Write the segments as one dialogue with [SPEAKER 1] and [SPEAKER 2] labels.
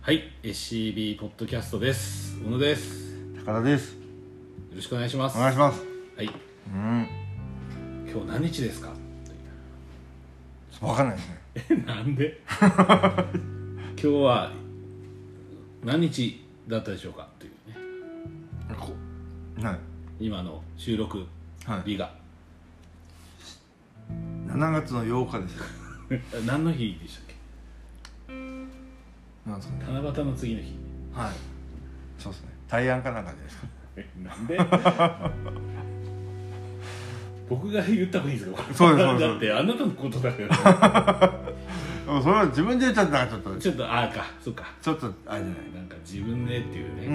[SPEAKER 1] はい、SCB ポッドキャストです。小野です。よ
[SPEAKER 2] 高田です
[SPEAKER 1] ろしくお願いします。
[SPEAKER 2] お願いします
[SPEAKER 1] はい、
[SPEAKER 2] うん
[SPEAKER 1] 今日何日ですか。
[SPEAKER 2] 分 かんないですね
[SPEAKER 1] えなんで。 今日は。何日だったでしょうかというね。
[SPEAKER 2] こない
[SPEAKER 1] 今の収録
[SPEAKER 2] はい
[SPEAKER 1] 日 が。
[SPEAKER 2] 7月の8日ですよ
[SPEAKER 1] 何の日でしたっけ。
[SPEAKER 2] なんですかね
[SPEAKER 1] 七夕の次の日。
[SPEAKER 2] はいそうですね大安かなんかじゃないですか
[SPEAKER 1] えなんで。 僕が言った方がいいですか。これ
[SPEAKER 2] そうですそうです
[SPEAKER 1] だって、あなたのことだから。
[SPEAKER 2] でもそれは自分で言っちゃったらちょっと
[SPEAKER 1] ちょっと、ああか、そうか。
[SPEAKER 2] ちょっとあれじゃない
[SPEAKER 1] なんか自分でっていうね。
[SPEAKER 2] う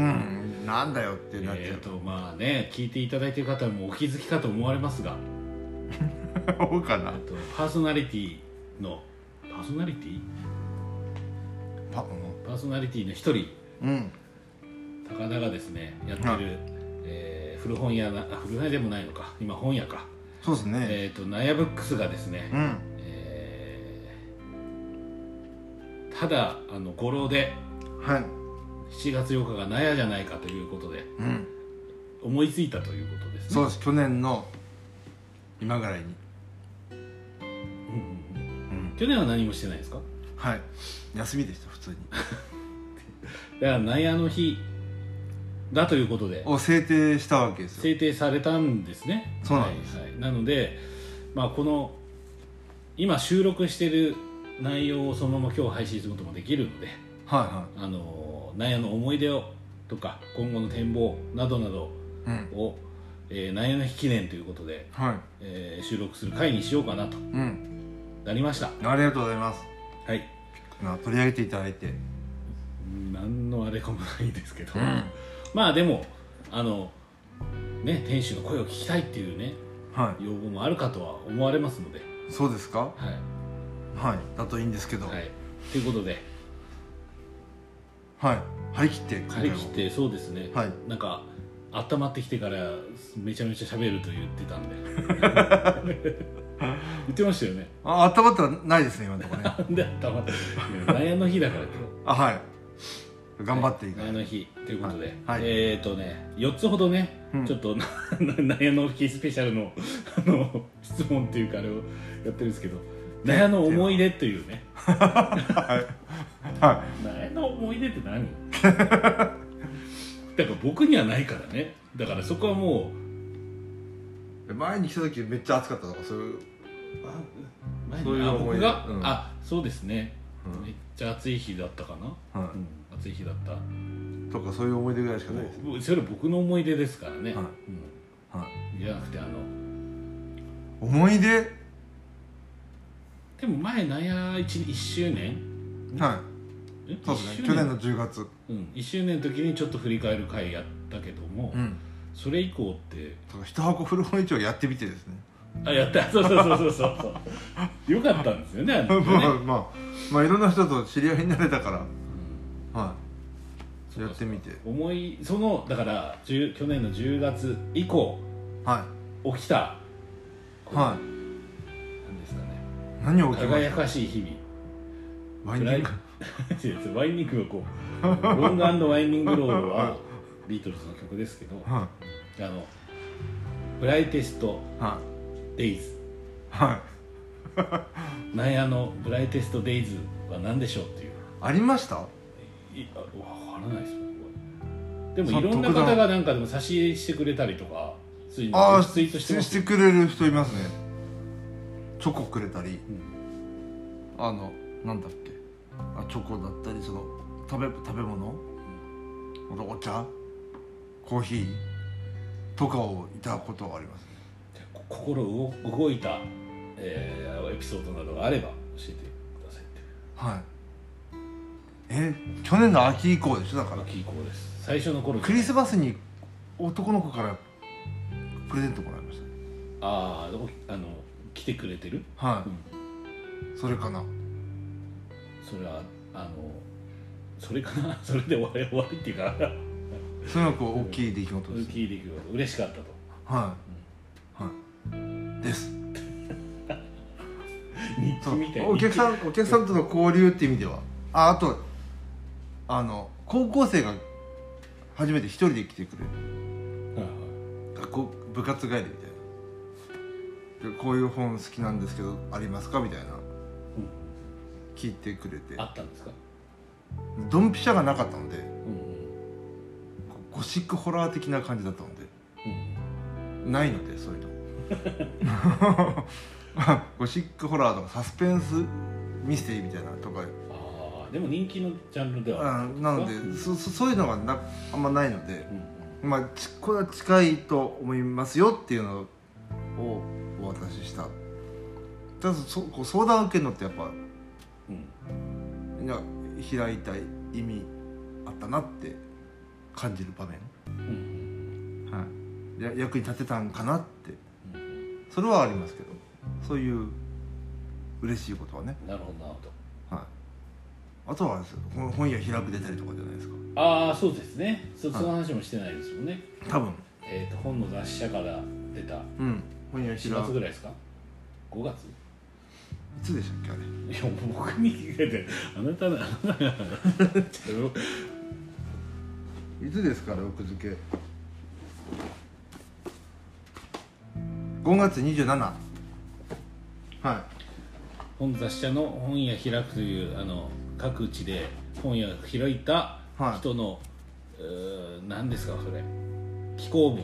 [SPEAKER 2] んなんだよってなっち
[SPEAKER 1] え
[SPEAKER 2] ゃ
[SPEAKER 1] ー、とまあね聞いていただいている方もお気づきかと思われますが
[SPEAKER 2] うそうかな
[SPEAKER 1] あとパーソナリティのパーソナリティ
[SPEAKER 2] パう
[SPEAKER 1] パーソナリティの一人
[SPEAKER 2] んうん
[SPEAKER 1] 高田がですねやってる、
[SPEAKER 2] はい
[SPEAKER 1] えー古本屋なあ古本屋でもないのか今本屋か、
[SPEAKER 2] そうですね
[SPEAKER 1] えー、とナヤブックスがですね、
[SPEAKER 2] うん
[SPEAKER 1] えーただあの語呂で
[SPEAKER 2] はい
[SPEAKER 1] 7月8日がナヤじゃないかということで
[SPEAKER 2] うん
[SPEAKER 1] 思いついたということですね
[SPEAKER 2] そうです去年の今ぐらいに
[SPEAKER 1] うんうんう
[SPEAKER 2] うんん
[SPEAKER 1] 去年は何もしてないですか
[SPEAKER 2] はい休みでした普通に
[SPEAKER 1] だから納屋の日だということで
[SPEAKER 2] を制定したわけですよ
[SPEAKER 1] 制定されたんですね
[SPEAKER 2] そうなんです
[SPEAKER 1] はいはいなので、まあ、この今収録してる内容をそのまま今日配信することもできるので
[SPEAKER 2] は
[SPEAKER 1] あの納屋の思い出をとか今後の展望などなど
[SPEAKER 2] いはいうん
[SPEAKER 1] を、えー、納屋の日記念ということで、
[SPEAKER 2] はい
[SPEAKER 1] えー収録する回にしようかなと
[SPEAKER 2] うん
[SPEAKER 1] なりました
[SPEAKER 2] ありがとうございます
[SPEAKER 1] はい
[SPEAKER 2] まあ取り上げていただいて
[SPEAKER 1] 何のあれかもないですけど、まあでもあのね店主の声を聞きたいっていうね
[SPEAKER 2] は
[SPEAKER 1] 要望もあるかとは思われますので、
[SPEAKER 2] いそうですか
[SPEAKER 1] はい
[SPEAKER 2] はいだといいんですけどは、
[SPEAKER 1] はいい、ということで
[SPEAKER 2] 張り切って今
[SPEAKER 1] 張
[SPEAKER 2] 回
[SPEAKER 1] り
[SPEAKER 2] も
[SPEAKER 1] 切ってそうですね、
[SPEAKER 2] はい
[SPEAKER 1] なんか温まってきてからめちゃめちゃ喋ると言ってたんで 言ってましたよね
[SPEAKER 2] ああったまったないですね今のところね
[SPEAKER 1] なんで温まって悩ヤの日だから今日
[SPEAKER 2] あはい 頑張っていか
[SPEAKER 1] 納
[SPEAKER 2] な
[SPEAKER 1] 屋の
[SPEAKER 2] い
[SPEAKER 1] 日ということで、
[SPEAKER 2] はいはい
[SPEAKER 1] えっ、とね4つほどね、
[SPEAKER 2] うん
[SPEAKER 1] ちょっとな な納屋の日スペシャルのあの質問っていうかあれをやってるんですけど納屋の思い出というね
[SPEAKER 2] は
[SPEAKER 1] 納屋の思い出って 何だから僕にはないからねだからそこはもう
[SPEAKER 2] い前に来た時めっちゃ暑かったとかそういう
[SPEAKER 1] あ前に
[SPEAKER 2] そういう
[SPEAKER 1] あ
[SPEAKER 2] 思い
[SPEAKER 1] 僕
[SPEAKER 2] 出
[SPEAKER 1] が、
[SPEAKER 2] うん
[SPEAKER 1] あそうですね、
[SPEAKER 2] うん
[SPEAKER 1] めっちゃ暑い日だったかな、
[SPEAKER 2] は
[SPEAKER 1] うん暑い日だった
[SPEAKER 2] いとかそういう思い出ぐらいしかないですね
[SPEAKER 1] それ僕の思い出ですからね、
[SPEAKER 2] はいはい
[SPEAKER 1] うん、じゃなくてあの
[SPEAKER 2] 思い出
[SPEAKER 1] でも前納屋 1, 1周年
[SPEAKER 2] は
[SPEAKER 1] え
[SPEAKER 2] いそうです
[SPEAKER 1] 1周
[SPEAKER 2] ね去年の10月
[SPEAKER 1] うん、1周年の時にちょっと振り返る回やったけども、
[SPEAKER 2] うん
[SPEAKER 1] それ以降って
[SPEAKER 2] とか一箱古本市をやってみてですね
[SPEAKER 1] あやった そうそうそうそうそうそうよかったんですよねあ
[SPEAKER 2] まあ
[SPEAKER 1] のね、うん
[SPEAKER 2] まあまあいろんな人と知り合いになれたからは
[SPEAKER 1] そ
[SPEAKER 2] いうや
[SPEAKER 1] か
[SPEAKER 2] ってみて
[SPEAKER 1] 思いそのだから10去年の10月以降
[SPEAKER 2] は
[SPEAKER 1] 起きた
[SPEAKER 2] いは
[SPEAKER 1] なんですかね
[SPEAKER 2] い何を起きまし
[SPEAKER 1] 輝
[SPEAKER 2] た
[SPEAKER 1] かしい日々
[SPEAKER 2] ワインディング
[SPEAKER 1] 違う違うワインディングはこうロングワインディングロードはビートルズの曲ですけどあ
[SPEAKER 2] は
[SPEAKER 1] のフライテスト
[SPEAKER 2] いはい
[SPEAKER 1] デイズ
[SPEAKER 2] はい
[SPEAKER 1] なんやあのブライテストデイズは何でしょうっていう
[SPEAKER 2] ありました
[SPEAKER 1] いあわからないです僕は
[SPEAKER 2] さ
[SPEAKER 1] でもいろんな
[SPEAKER 2] 特段
[SPEAKER 1] 方がなんかでも差し入れしてくれたりとかついに
[SPEAKER 2] ああ
[SPEAKER 1] ツイートしてま
[SPEAKER 2] し
[SPEAKER 1] す
[SPEAKER 2] てくれる人いますねチョコくれたり
[SPEAKER 1] うん
[SPEAKER 2] あのなんだっけあチョコだったりその食べ食べ物あとお茶コーヒーとかをいただくことはありますね
[SPEAKER 1] こ心動動いた、えーエピソードなどがあれば教えてくださいって
[SPEAKER 2] はいえ去年の秋以降でしょだから
[SPEAKER 1] 秋以降です最初の頃
[SPEAKER 2] クリスマスに男の子からプレゼントもらいまし
[SPEAKER 1] あーおあの来てくれてる、
[SPEAKER 2] たは
[SPEAKER 1] う
[SPEAKER 2] い
[SPEAKER 1] ん
[SPEAKER 2] それかな
[SPEAKER 1] それはあのそれかな それで終わり終わりっていうか
[SPEAKER 2] それはこう大きい出来事です
[SPEAKER 1] 聞いていくよ嬉しかったと
[SPEAKER 2] はい、はい、です
[SPEAKER 1] 日記みたいな
[SPEAKER 2] お客さんお客さんとの交流っていう意味ではああとあの高校生が初めて一人で来てくれる
[SPEAKER 1] はいはい
[SPEAKER 2] 学校部活帰りみたいなでこういう本好きなんですけどありますかみたいな、
[SPEAKER 1] うん
[SPEAKER 2] 聞いてくれて
[SPEAKER 1] あったんですか
[SPEAKER 2] ドンピシャがなかったので
[SPEAKER 1] うんうん
[SPEAKER 2] こうゴシックホラー的な感じだったので
[SPEAKER 1] うん
[SPEAKER 2] ないのでそういうのゴシックホラーとかサスペンスミステリーみたいなとか
[SPEAKER 1] ああでも人気のジャンルではあ
[SPEAKER 2] あ
[SPEAKER 1] るん
[SPEAKER 2] なの
[SPEAKER 1] すか
[SPEAKER 2] でそそそういうのがなあんまないので
[SPEAKER 1] うん
[SPEAKER 2] まあちこれは近いと思いますよっていうのをお渡ししたただそこう相談を受けるのってやっぱ
[SPEAKER 1] うん
[SPEAKER 2] みんな開いた意味あったなって感じる場面、
[SPEAKER 1] うんうん
[SPEAKER 2] はい、や役に立てたんかなって
[SPEAKER 1] うん
[SPEAKER 2] それはありますけどそういう嬉しいことはね、
[SPEAKER 1] なるほどなるほど
[SPEAKER 2] はい、あとはあれですよほん本屋開く出たりとかじゃないですか
[SPEAKER 1] ああそうですねそ
[SPEAKER 2] はい
[SPEAKER 1] その話もしてないですもんね、
[SPEAKER 2] 多分
[SPEAKER 1] えっ、と本の雑誌社から出た
[SPEAKER 2] うん本屋開
[SPEAKER 1] 4月
[SPEAKER 2] く
[SPEAKER 1] ぐらいですか5月
[SPEAKER 2] いつでしたっけあれ
[SPEAKER 1] いや僕に聞いてあなたなあなたがちょっと
[SPEAKER 2] いつですから奥付け5月27は
[SPEAKER 1] 本雑誌社の本屋開くというあの各地で本屋が開いた
[SPEAKER 2] はい
[SPEAKER 1] 人の、うー何ですかそれ寄稿文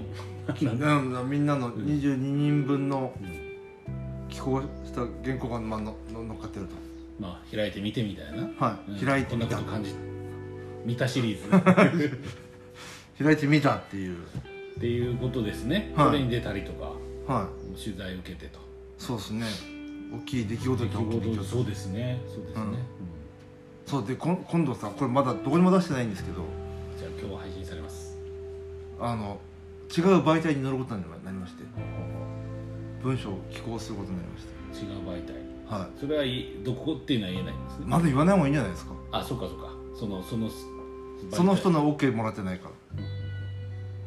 [SPEAKER 2] いなんだみんなの22人分の
[SPEAKER 1] うん
[SPEAKER 2] 寄稿した原稿がまあのの乗っかってる
[SPEAKER 1] まあ開いてみてみたいな、
[SPEAKER 2] とは
[SPEAKER 1] うん
[SPEAKER 2] い開いて
[SPEAKER 1] こんな
[SPEAKER 2] み
[SPEAKER 1] こ
[SPEAKER 2] た
[SPEAKER 1] と感じ見たシリ ーズ
[SPEAKER 2] 開いてみたっていう
[SPEAKER 1] っていうことですね、
[SPEAKER 2] はい
[SPEAKER 1] それに出たりとか
[SPEAKER 2] は
[SPEAKER 1] 取材受けてと
[SPEAKER 2] いそうですね大きい出来事
[SPEAKER 1] 出
[SPEAKER 2] に
[SPEAKER 1] 来
[SPEAKER 2] 大きい出来
[SPEAKER 1] 事
[SPEAKER 2] 事
[SPEAKER 1] そうですねそうですね、
[SPEAKER 2] うん
[SPEAKER 1] うん
[SPEAKER 2] そうでこん今度さこれまだどこにも出してないんですけど
[SPEAKER 1] じゃあ今日は配信されます
[SPEAKER 2] あの違う媒体に載ることになりまして文章を寄稿することになりまし
[SPEAKER 1] 違う媒体
[SPEAKER 2] たはい
[SPEAKER 1] それはいどこっていうのは言えないんですね、
[SPEAKER 2] まだ言わない方がいいんじゃないですか
[SPEAKER 1] あそうかそうかそのその
[SPEAKER 2] その人
[SPEAKER 1] の
[SPEAKER 2] の OK もらってないか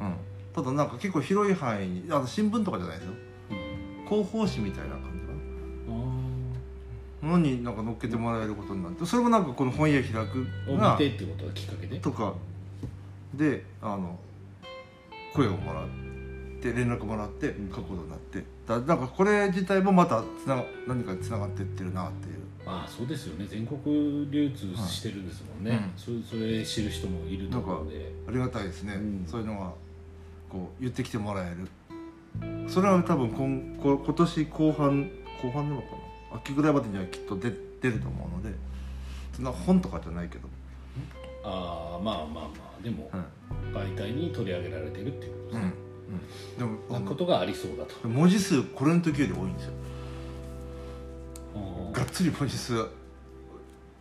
[SPEAKER 2] ら、うん、ただなんか結構広い範囲にあの新聞とかじゃないですよ広報誌みたいな感じかなのになんか乗っけてもらえることになってそれもなんかこの本屋開く
[SPEAKER 1] を見
[SPEAKER 2] が
[SPEAKER 1] てってことがきっかけで
[SPEAKER 2] とかであの声をもらって連絡もらって
[SPEAKER 1] うん
[SPEAKER 2] 書くことになってだなんかこれ自体もまたつなが何かにつながってってるなっていう
[SPEAKER 1] まあそうですよね全国流通してるんですもんね、
[SPEAKER 2] はい
[SPEAKER 1] そそれ知る人もいると思うので
[SPEAKER 2] ありがたいですね、
[SPEAKER 1] うん
[SPEAKER 2] そういうのがこう言ってきてもらえるそれは多分今こ今年後半後半なのかな秋ぐらいまでにはきっと出出ると思うのでそんな本とかじゃないけど、
[SPEAKER 1] ああまあまあまあでも
[SPEAKER 2] うん
[SPEAKER 1] 媒体に取り上げられてるっていうことですね、
[SPEAKER 2] でもあ
[SPEAKER 1] なこ
[SPEAKER 2] の
[SPEAKER 1] とがありそうだと
[SPEAKER 2] 文字数これの時より多いんですよ
[SPEAKER 1] うん
[SPEAKER 2] がっつり文字数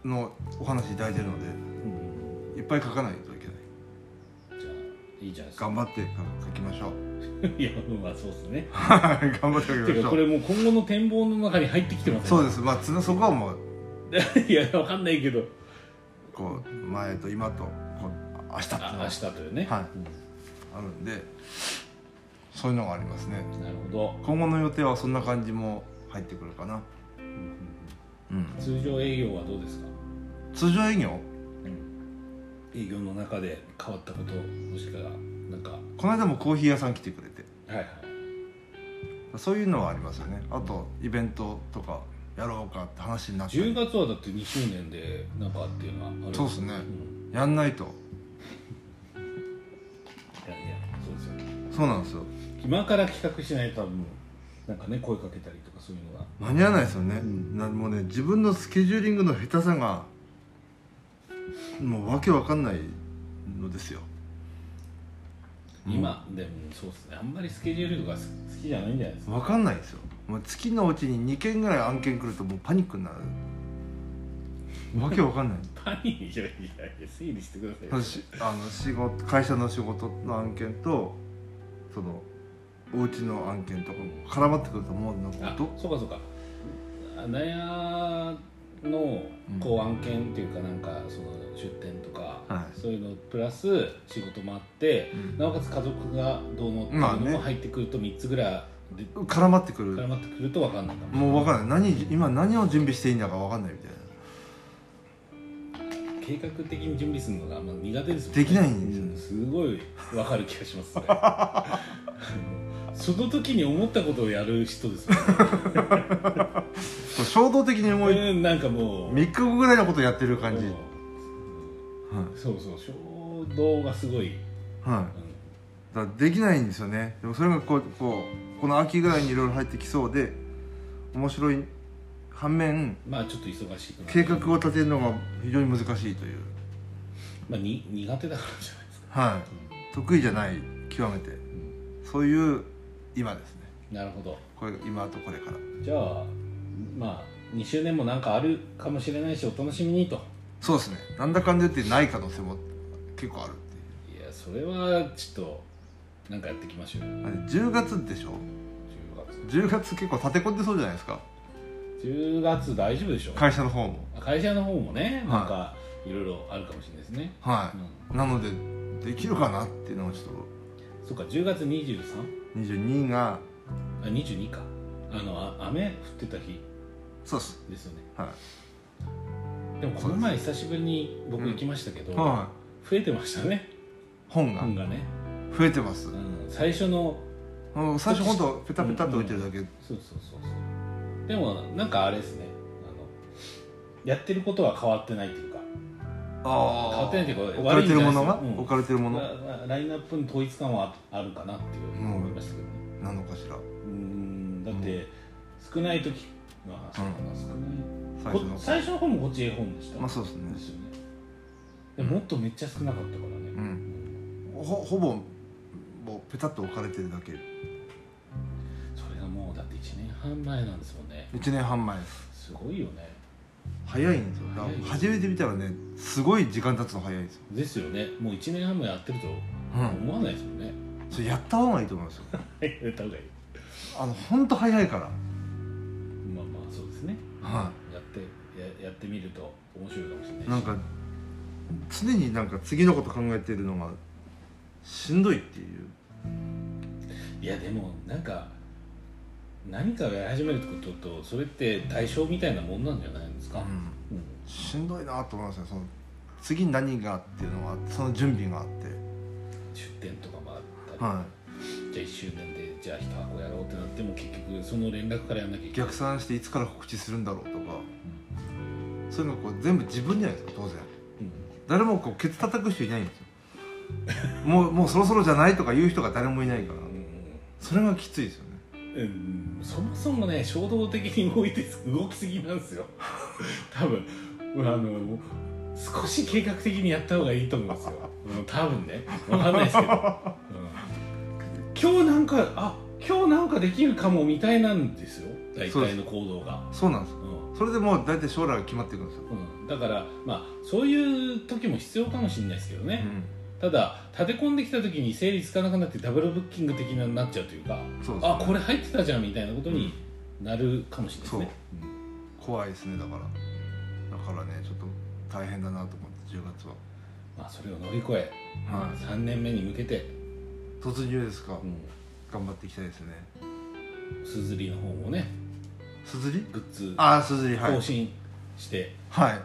[SPEAKER 2] のお話いただいてるの
[SPEAKER 1] うん
[SPEAKER 2] でいっぱい書かないといけない
[SPEAKER 1] じゃあいいじゃないですか
[SPEAKER 2] 頑張って書書きましょう
[SPEAKER 1] いやまあそうですね
[SPEAKER 2] はい頑張って書き
[SPEAKER 1] て
[SPEAKER 2] ま
[SPEAKER 1] か
[SPEAKER 2] し
[SPEAKER 1] こ
[SPEAKER 2] ょう
[SPEAKER 1] れもう今後の展望の中に入ってきてます
[SPEAKER 2] そう
[SPEAKER 1] で
[SPEAKER 2] ですまあつなそこはもう
[SPEAKER 1] すいやわかんないけど
[SPEAKER 2] こう前と今とこう明日っていうの
[SPEAKER 1] あ
[SPEAKER 2] が
[SPEAKER 1] 明日というね、
[SPEAKER 2] はい
[SPEAKER 1] うん
[SPEAKER 2] あるんでそういうのがありますね
[SPEAKER 1] なるほど、
[SPEAKER 2] 今後の予定はそんな感じも入ってくるかな、うん、
[SPEAKER 1] 通常営業はどうですか、
[SPEAKER 2] 通常営業
[SPEAKER 1] 営業の中で変わったこともしくはなんかは
[SPEAKER 2] この間もコーヒー屋さん来てくれて
[SPEAKER 1] いはい
[SPEAKER 2] そういうのはありますよねあとイベントとかやろうかって話になって
[SPEAKER 1] 10月はだって2周年でなんかっていうのはあるん
[SPEAKER 2] そうですね
[SPEAKER 1] ん
[SPEAKER 2] やんないと
[SPEAKER 1] いやいやそうですよ
[SPEAKER 2] そうなんですよ
[SPEAKER 1] 今から企画しないと多分なんかね声かけたりとかそういうのが
[SPEAKER 2] 間に合わないですよね、
[SPEAKER 1] うん
[SPEAKER 2] なもうね自分のスケジューリングの下手さがもうわけわかんないのですよ
[SPEAKER 1] 今でもそうですねあんまりスケジュールが好きじゃないんじゃないですか
[SPEAKER 2] 分かんないですよもう月のうちに2件ぐらい案件来るともうパニックになるわけわかんない
[SPEAKER 1] パニーいやいやいや整理してくださいよ
[SPEAKER 2] 私あの仕事会社の仕事の案件とそのお家の案件とかも絡まってくるともうなんか
[SPEAKER 1] あ
[SPEAKER 2] ど
[SPEAKER 1] そうかそうか穴屋のこう案件っていうかなんかその出店とか、
[SPEAKER 2] はい
[SPEAKER 1] そういうのプラス仕事もあって
[SPEAKER 2] うん
[SPEAKER 1] なおかつ家族がどうのっていう
[SPEAKER 2] まあ
[SPEAKER 1] のも
[SPEAKER 2] ね
[SPEAKER 1] 入ってくると3つぐらいで
[SPEAKER 2] 絡まってくる
[SPEAKER 1] 絡まってくると分かんないかも
[SPEAKER 2] もう分かんない何今何を準備していいんだか分かんないみたいな
[SPEAKER 1] 計画的に準備するのがあんま苦手ですもん、
[SPEAKER 2] できないんですよね
[SPEAKER 1] うすごいわかる気がしますねその時に思ったことをやる人ですもんね
[SPEAKER 2] 衝動的に
[SPEAKER 1] こ
[SPEAKER 2] もう
[SPEAKER 1] ういうなんかもう
[SPEAKER 2] 3日後ぐらいのことやってる感じ、
[SPEAKER 1] う
[SPEAKER 2] は
[SPEAKER 1] ん
[SPEAKER 2] い
[SPEAKER 1] そうそう衝動がすごい、
[SPEAKER 2] はいだからできないんですよねでもそれがこうこうこの秋ぐらいにいろいろ入ってきそうで面白い反面
[SPEAKER 1] うんまあちょっと忙しくなる
[SPEAKER 2] 計画を立てるのが非常に難しいという、
[SPEAKER 1] まあ、に苦手だからじゃないですか、
[SPEAKER 2] はい、得意じゃない極めてそういう今ですね
[SPEAKER 1] なるほど
[SPEAKER 2] これ今とこれから
[SPEAKER 1] じゃあまあ2周年もなんかあるかもしれないしお楽しみにと
[SPEAKER 2] そうですねなんだかんだ言ってない可能性も結構あるっていう
[SPEAKER 1] いやそれはちょっとなんかやっていきましょうよ
[SPEAKER 2] あれ10月でしょ
[SPEAKER 1] 10
[SPEAKER 2] 10月結構立て込んでそうじゃないですか
[SPEAKER 1] 月10月大丈夫でしょ
[SPEAKER 2] 会社の方も
[SPEAKER 1] 会社の方もねなんかいろいろあるかもしれないですね、
[SPEAKER 2] は
[SPEAKER 1] うん
[SPEAKER 2] いなのでできるかなっていうのはちょっ
[SPEAKER 1] そっか10月23
[SPEAKER 2] と22が
[SPEAKER 1] あ22かあのあ雨降ってた日
[SPEAKER 2] そうです
[SPEAKER 1] ですよね
[SPEAKER 2] は
[SPEAKER 1] でもこの前久しぶりに僕行きましたけど、
[SPEAKER 2] い、は
[SPEAKER 1] 増えてましたね
[SPEAKER 2] い、本が
[SPEAKER 1] 本がね、
[SPEAKER 2] 増えてます
[SPEAKER 1] う、ん、最初の
[SPEAKER 2] うん、最初本当ペタペタと置いてるだけ、
[SPEAKER 1] そうそうそうそうでもなんかあれですねあのやってることは変わってないっていうか
[SPEAKER 2] ああ
[SPEAKER 1] 変わってないっていうか
[SPEAKER 2] 置かれてるものが、
[SPEAKER 1] 悪いんじゃないですかうん
[SPEAKER 2] 置かれてるもの
[SPEAKER 1] ララインナップの統一感はあるかなっていう
[SPEAKER 2] うん
[SPEAKER 1] 思いましたけどね
[SPEAKER 2] なのかしら
[SPEAKER 1] うんだって少ない時まあそうかな、少ない
[SPEAKER 2] 最
[SPEAKER 1] こ
[SPEAKER 2] 初の
[SPEAKER 1] 最初の方もこっち絵本でした、
[SPEAKER 2] まあそうですね
[SPEAKER 1] ですよねでもっとめっちゃ少なかったからね、
[SPEAKER 2] うんほほぼもうペタッと置かれてるだけ
[SPEAKER 1] それがもうだって1年半前なんですもんね
[SPEAKER 2] 1年半前です
[SPEAKER 1] すごいよね
[SPEAKER 2] 早いんですよだから
[SPEAKER 1] 早い
[SPEAKER 2] 初めて見たらねすごい時間経つの早いですよ、
[SPEAKER 1] ですよねもう1年半もやってると
[SPEAKER 2] うん、
[SPEAKER 1] 思わないですもんね、
[SPEAKER 2] それやった方がいいと思いますよ
[SPEAKER 1] はいやった方がいい
[SPEAKER 2] あの本当早いから
[SPEAKER 1] まあまあそうですね
[SPEAKER 2] は
[SPEAKER 1] やってややってみると面白いかもしれない
[SPEAKER 2] い
[SPEAKER 1] し
[SPEAKER 2] なんか常になんか次のこと考えてるのがしんどいっていう
[SPEAKER 1] いやでもなんか何かをやり始めるってこととそれって対象みたいなもんなんじゃないんですか、
[SPEAKER 2] うん
[SPEAKER 1] うん
[SPEAKER 2] しんどいなと思いますねその次に何がっていうのはその準備があって
[SPEAKER 1] 出店とかもあったり、
[SPEAKER 2] は
[SPEAKER 1] じゃあ1周年でじゃあ一箱やろうってなっても結局その連絡からやんなきゃい
[SPEAKER 2] い
[SPEAKER 1] けない
[SPEAKER 2] 逆算していつから告知するんだろうとか、そういうのこう全部自分じゃないですか当然
[SPEAKER 1] うん
[SPEAKER 2] 誰もこうケツ叩く人いないんですよ もうもうそろそろじゃないとか言う人が誰もいないからそれがきついですよね
[SPEAKER 1] うん、そもそもね衝動的に動いて動きすぎなんですよ 多分あの少し計画的にやった方がいいと思うんですよ、うん、多分ね分かんないですけど、うん今日なんかあ今日なんかできるかもみたいなんですよ大
[SPEAKER 2] そうです
[SPEAKER 1] 体の行動が
[SPEAKER 2] そうなんですよ
[SPEAKER 1] う、
[SPEAKER 2] それでもう大体将来が決まっていくんですよ、
[SPEAKER 1] んうん、だからまあそういう時も必要かもしれないですけどね、
[SPEAKER 2] う
[SPEAKER 1] ただ立て込んできた時に整理つかなくなってダブルブッキング的になっちゃうというか
[SPEAKER 2] ん、そうです
[SPEAKER 1] あこれ入ってたじゃんみたいなことになるかもしれないですね、
[SPEAKER 2] 怖いですねだからだからねちょっと大変だなと思って10月は、
[SPEAKER 1] まあ、それを乗り越え
[SPEAKER 2] はい
[SPEAKER 1] 3年目に向けて、
[SPEAKER 2] 突入ですか、
[SPEAKER 1] う
[SPEAKER 2] 頑張っていきたいですね
[SPEAKER 1] ん、すずりの方もね
[SPEAKER 2] すずり
[SPEAKER 1] グッズ
[SPEAKER 2] ああすずりはい
[SPEAKER 1] 更新して
[SPEAKER 2] はい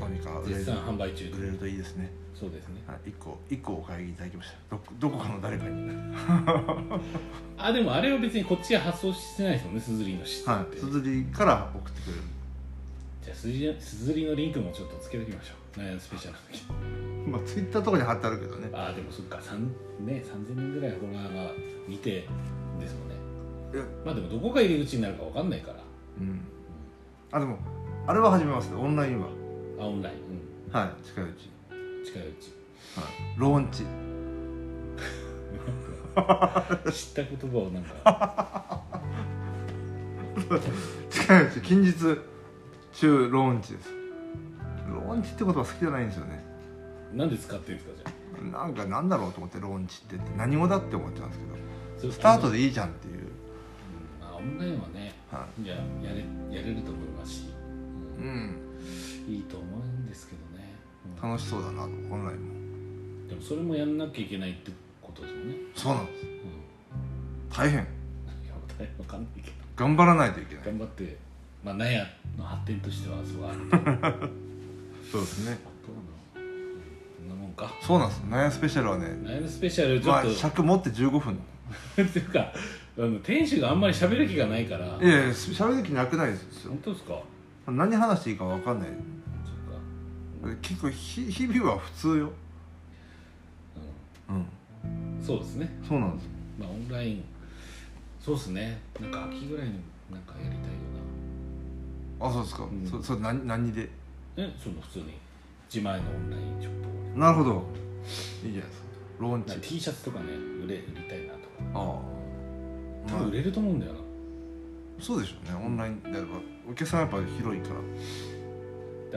[SPEAKER 2] 何か売れ
[SPEAKER 1] 絶
[SPEAKER 2] る
[SPEAKER 1] 賛販売中、
[SPEAKER 2] 売れるといいですね、
[SPEAKER 1] そうですね
[SPEAKER 2] はい、1個一個お買い上げいただきましたどどこかの誰かに
[SPEAKER 1] あでもあれは別にこっちが発送してないですもんねすずりの質
[SPEAKER 2] は
[SPEAKER 1] って、
[SPEAKER 2] いすずりから送ってくれる
[SPEAKER 1] じゃあすずりすずりのリンクもちょっとつけておきましょうナイアンスペシャルの時
[SPEAKER 2] まあツイッターとかに貼ってあるけどね
[SPEAKER 1] ああでもそっかさんね3000人ぐらいフォロワーが見てですもんね
[SPEAKER 2] え
[SPEAKER 1] まあでもどこが入り口になるかわかんないから
[SPEAKER 2] うんあでもあれは始めますねオンラインは
[SPEAKER 1] あオンライン、
[SPEAKER 2] はい近いうち、
[SPEAKER 1] うん、近いうち
[SPEAKER 2] はい、ローンチ
[SPEAKER 1] 知った言葉をなん か
[SPEAKER 2] 近いうち近日中ローンチですローンチって言葉好きじゃないんですよね
[SPEAKER 1] なんで使ってるんですかじゃ
[SPEAKER 2] なんかなんだろうと思ってローンチってって何語だって思っちゃうんですけど
[SPEAKER 1] あそれ
[SPEAKER 2] スタートでいいじゃんっていう、
[SPEAKER 1] うんまあオンラインはね
[SPEAKER 2] はい
[SPEAKER 1] ややれやれると思いますし、
[SPEAKER 2] い、うん
[SPEAKER 1] うんいいと思うんですけどね、うん
[SPEAKER 2] 楽しそうだなとオンラインも
[SPEAKER 1] でもそれもやんなきゃいけないってことですもんね、
[SPEAKER 2] そうなんです
[SPEAKER 1] うん、
[SPEAKER 2] 大変
[SPEAKER 1] いや大変わかんないけど
[SPEAKER 2] 頑張らないといけない
[SPEAKER 1] 頑張 ってまあ納屋の発展としてはすごいあると思う
[SPEAKER 2] そうですね
[SPEAKER 1] どうなのんか
[SPEAKER 2] そうなんですよ悩みスペシャルはね
[SPEAKER 1] ナイムスペシャルちょ
[SPEAKER 2] ま
[SPEAKER 1] っ
[SPEAKER 2] あ
[SPEAKER 1] と、
[SPEAKER 2] 尺持って15分
[SPEAKER 1] っていうかあの店主があんまり喋る気がないから
[SPEAKER 2] いやいやしゃべる気なくないですよ
[SPEAKER 1] 本当ですか
[SPEAKER 2] 何話していいか分かんない
[SPEAKER 1] そっか、
[SPEAKER 2] 結構ひ日々は普通ようん
[SPEAKER 1] うんそうですね
[SPEAKER 2] そうなんです
[SPEAKER 1] まあオンラインそうですねなんか秋ぐらいになんかやりたいよ
[SPEAKER 2] あそうですか、
[SPEAKER 1] ん
[SPEAKER 2] そそれ何何で
[SPEAKER 1] なえその普通に自前のオンラインショップをね
[SPEAKER 2] なるほどいいじゃないですかローン
[SPEAKER 1] なん
[SPEAKER 2] チ
[SPEAKER 1] か T シャツとかね売れ売りたいなとか
[SPEAKER 2] ああ
[SPEAKER 1] 多分売れると思うんだよな
[SPEAKER 2] そうでしょうねオンラインであればお客さんはやっぱ広いから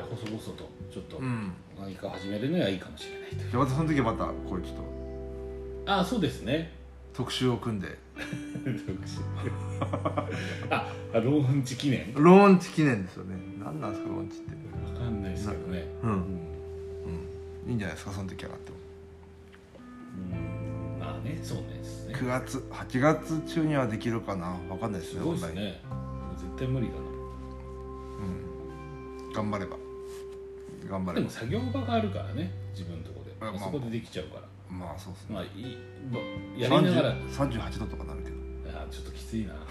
[SPEAKER 1] で細々とちょっと
[SPEAKER 2] ん
[SPEAKER 1] 何か始めるのはいいかもしれないという、
[SPEAKER 2] じゃあまたその時はまたこういうちょっと
[SPEAKER 1] ああそうです ね
[SPEAKER 2] 特集を組んで
[SPEAKER 1] あローンチ記念わ
[SPEAKER 2] ローンチ記念ですよね何なんですかローンチって
[SPEAKER 1] かんないですけどね
[SPEAKER 2] う
[SPEAKER 1] うんん、
[SPEAKER 2] いいんじゃないですかその時はなっても
[SPEAKER 1] うん、まあねそうですね
[SPEAKER 2] 9月8月中にはできるかな分かんないです
[SPEAKER 1] す
[SPEAKER 2] ね
[SPEAKER 1] ごいです
[SPEAKER 2] オンライ
[SPEAKER 1] ね絶対無理だ
[SPEAKER 2] ン頑張れば頑張
[SPEAKER 1] な
[SPEAKER 2] れ
[SPEAKER 1] で
[SPEAKER 2] ば
[SPEAKER 1] も作業場があるからね自分のとこで、
[SPEAKER 2] まあ
[SPEAKER 1] あ、そこでできちゃうから
[SPEAKER 2] まあそうですね
[SPEAKER 1] まあいいまやりながら
[SPEAKER 2] 30 38度とかなるけど、
[SPEAKER 1] あーちょっときついな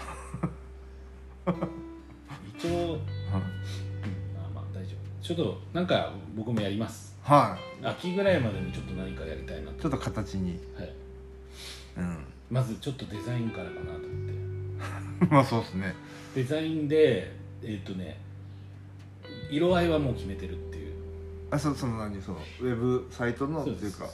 [SPEAKER 1] 一応あーまあ大丈夫ちょっとなんか僕もやります
[SPEAKER 2] は
[SPEAKER 1] 秋ぐらいまでにちょっと何かやりたいなと
[SPEAKER 2] いちょっと形に
[SPEAKER 1] はい
[SPEAKER 2] うん
[SPEAKER 1] まずちょっとデザインからかなと思って
[SPEAKER 2] まあそうですね
[SPEAKER 1] デザインでえーっ、とね色合いはもう決めてるっていう
[SPEAKER 2] あそその何そのウェブサイトのっていうか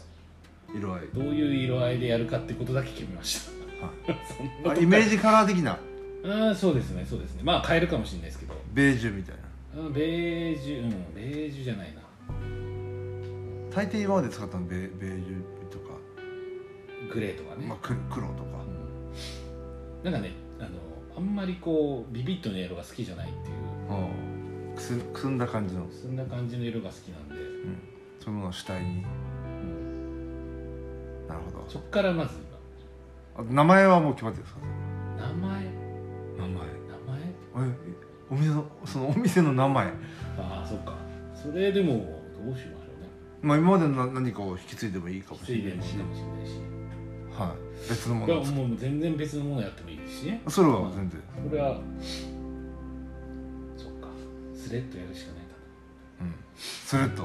[SPEAKER 2] 色合い
[SPEAKER 1] どういう色合いでやるかってことだけ決めました そんなこと
[SPEAKER 2] あイメージカラー的な
[SPEAKER 1] あーそうですねそうですねまあ変えるかもしれないですけど
[SPEAKER 2] ベージュみたいな
[SPEAKER 1] うんベージュうんベージュじゃないな
[SPEAKER 2] 大抵今まで使ったのベベージュとか、
[SPEAKER 1] グレーとかね、
[SPEAKER 2] まあ、く黒とか
[SPEAKER 1] うんなんかねあのあんまりこうビビッドの色が好きじゃないっていう
[SPEAKER 2] うんくすくすんだ感じの
[SPEAKER 1] そんな感じの色が好きなんで、
[SPEAKER 2] そういうものを主体に
[SPEAKER 1] うん
[SPEAKER 2] なるほど
[SPEAKER 1] そっからまず
[SPEAKER 2] あ名前はもう決まってるんですか
[SPEAKER 1] 今名前
[SPEAKER 2] 名前
[SPEAKER 1] 名前
[SPEAKER 2] えお店のそのお店の名前
[SPEAKER 1] ああそっかそれでもどうしましょうね
[SPEAKER 2] まあ今までのな何かを引き継いでもいいかもし
[SPEAKER 1] ついで
[SPEAKER 2] れ
[SPEAKER 1] に
[SPEAKER 2] ないし
[SPEAKER 1] しかもしれないしい
[SPEAKER 2] はい別のもの
[SPEAKER 1] や
[SPEAKER 2] を作
[SPEAKER 1] もう全然別のものやってもいいですしね
[SPEAKER 2] るそれは全然
[SPEAKER 1] それはそっかスレッドやるしかないか
[SPEAKER 2] うんスレッ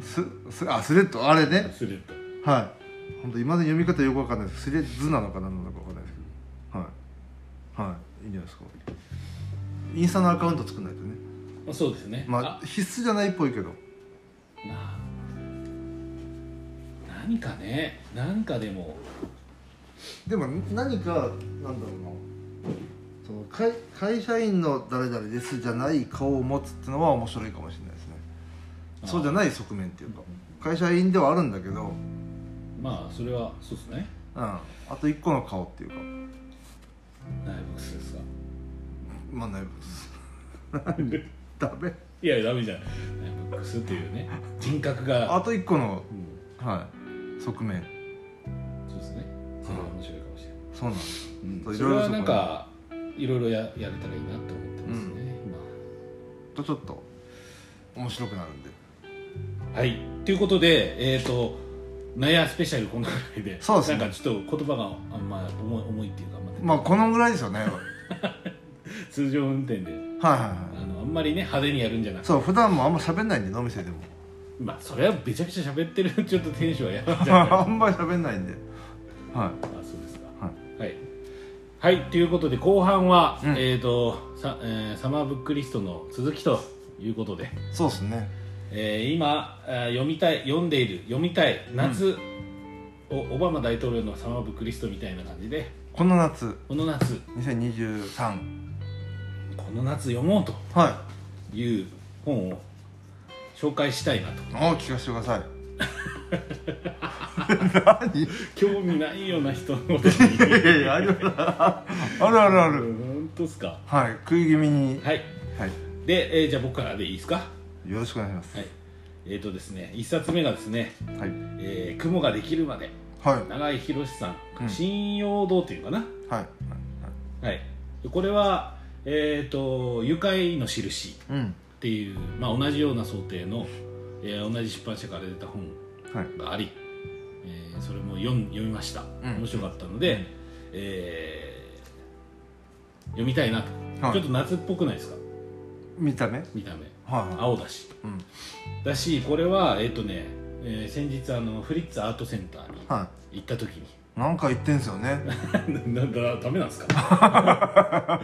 [SPEAKER 2] ドすすあスレッドあれ
[SPEAKER 1] な
[SPEAKER 2] ね
[SPEAKER 1] スレッド
[SPEAKER 2] はい本当今まで読み方よくわかんないですスレッズなのか何なのかわかんないですけどはいはいいいんじゃないですかインスタのアカウント作んないとね
[SPEAKER 1] まあそうですね、
[SPEAKER 2] まあ必須じゃないっぽいけど
[SPEAKER 1] あな何かね何かでも
[SPEAKER 2] でも何かなんだろうなその会会社員の誰々ですじゃない顔を持つってのは面白いかもしれないですねそうじゃ
[SPEAKER 1] い
[SPEAKER 2] ない側面っていうか会社員ではあるんだけど、うん、
[SPEAKER 1] まあそれはそうですね
[SPEAKER 2] あと一個の顔っていうか
[SPEAKER 1] ナイブックスですか
[SPEAKER 2] まあないですなんで ダメ
[SPEAKER 1] いやダメじゃんナイブックスっていうね人格が、
[SPEAKER 2] あと一個の、
[SPEAKER 1] うん
[SPEAKER 2] はい、側面
[SPEAKER 1] そうですねそれは面白いかもしれない
[SPEAKER 2] そうなんです
[SPEAKER 1] うん、それはなんかいろいろややれたらいいなと思ってますね、
[SPEAKER 2] とちょっと面白くなるんで
[SPEAKER 1] 今はいということでえっ、とナヤスペシャルこのぐらいで
[SPEAKER 2] そうですね
[SPEAKER 1] なんかちょっと言葉があんま重い重いっていうか、まあ
[SPEAKER 2] まあこのぐらいですよねはい
[SPEAKER 1] 通常運転で
[SPEAKER 2] はい
[SPEAKER 1] あ
[SPEAKER 2] は
[SPEAKER 1] のあんまりね派手にやるんじゃないくて
[SPEAKER 2] そう普段もあんま喋んないんで飲みせでも
[SPEAKER 1] まあそれはめちゃくちゃ喋ってる ちょっとテンションはやばいんじゃない
[SPEAKER 2] あんまり喋んないんではい
[SPEAKER 1] あそうですか
[SPEAKER 2] は
[SPEAKER 1] はい、はいということで後半は、
[SPEAKER 2] うん
[SPEAKER 1] えっ、とさ、えーサマーブックリストの続きということで
[SPEAKER 2] そうですね
[SPEAKER 1] えー今あー読みたい読んでいる読みたい夏を、オバマ大統領のサマーブックリストみたいな感じで
[SPEAKER 2] この夏
[SPEAKER 1] この夏
[SPEAKER 2] 2023
[SPEAKER 1] この夏読もうと
[SPEAKER 2] はい
[SPEAKER 1] いう本を紹介したいな と
[SPEAKER 2] お聞かせてください 何い
[SPEAKER 1] 興味ないような人の
[SPEAKER 2] やいやあるあるあるある
[SPEAKER 1] 本当ですか
[SPEAKER 2] はい食い気味に
[SPEAKER 1] はい
[SPEAKER 2] はい
[SPEAKER 1] で、えーじゃあ僕からでいいですかは
[SPEAKER 2] よろしくお願いします
[SPEAKER 1] いえっ、とですね1冊目がですね
[SPEAKER 2] はい
[SPEAKER 1] 「えー雲ができるまで
[SPEAKER 2] はい」
[SPEAKER 1] 永井博さん、
[SPEAKER 2] うん
[SPEAKER 1] 信用堂っていうかな
[SPEAKER 2] はい
[SPEAKER 1] はいでこれはえっ、と「愉快の印」
[SPEAKER 2] うん
[SPEAKER 1] っていう、まあ、同じような想定の、えー同じ出版社から出た本
[SPEAKER 2] はい
[SPEAKER 1] があり、えーそれも読ん読みました、
[SPEAKER 2] うん
[SPEAKER 1] 面白かったので、
[SPEAKER 2] うん
[SPEAKER 1] えー読みたいなと、
[SPEAKER 2] はい
[SPEAKER 1] ちょっと夏っぽくないですか
[SPEAKER 2] 見た目はい
[SPEAKER 1] 見た目
[SPEAKER 2] は
[SPEAKER 1] 青だし
[SPEAKER 2] いうん
[SPEAKER 1] だしこれはえっ、とね、えー先日あのフリッツアートセンターに
[SPEAKER 2] は
[SPEAKER 1] 行った 時に
[SPEAKER 2] いなんか言ってんすよね
[SPEAKER 1] ななだダメなんですか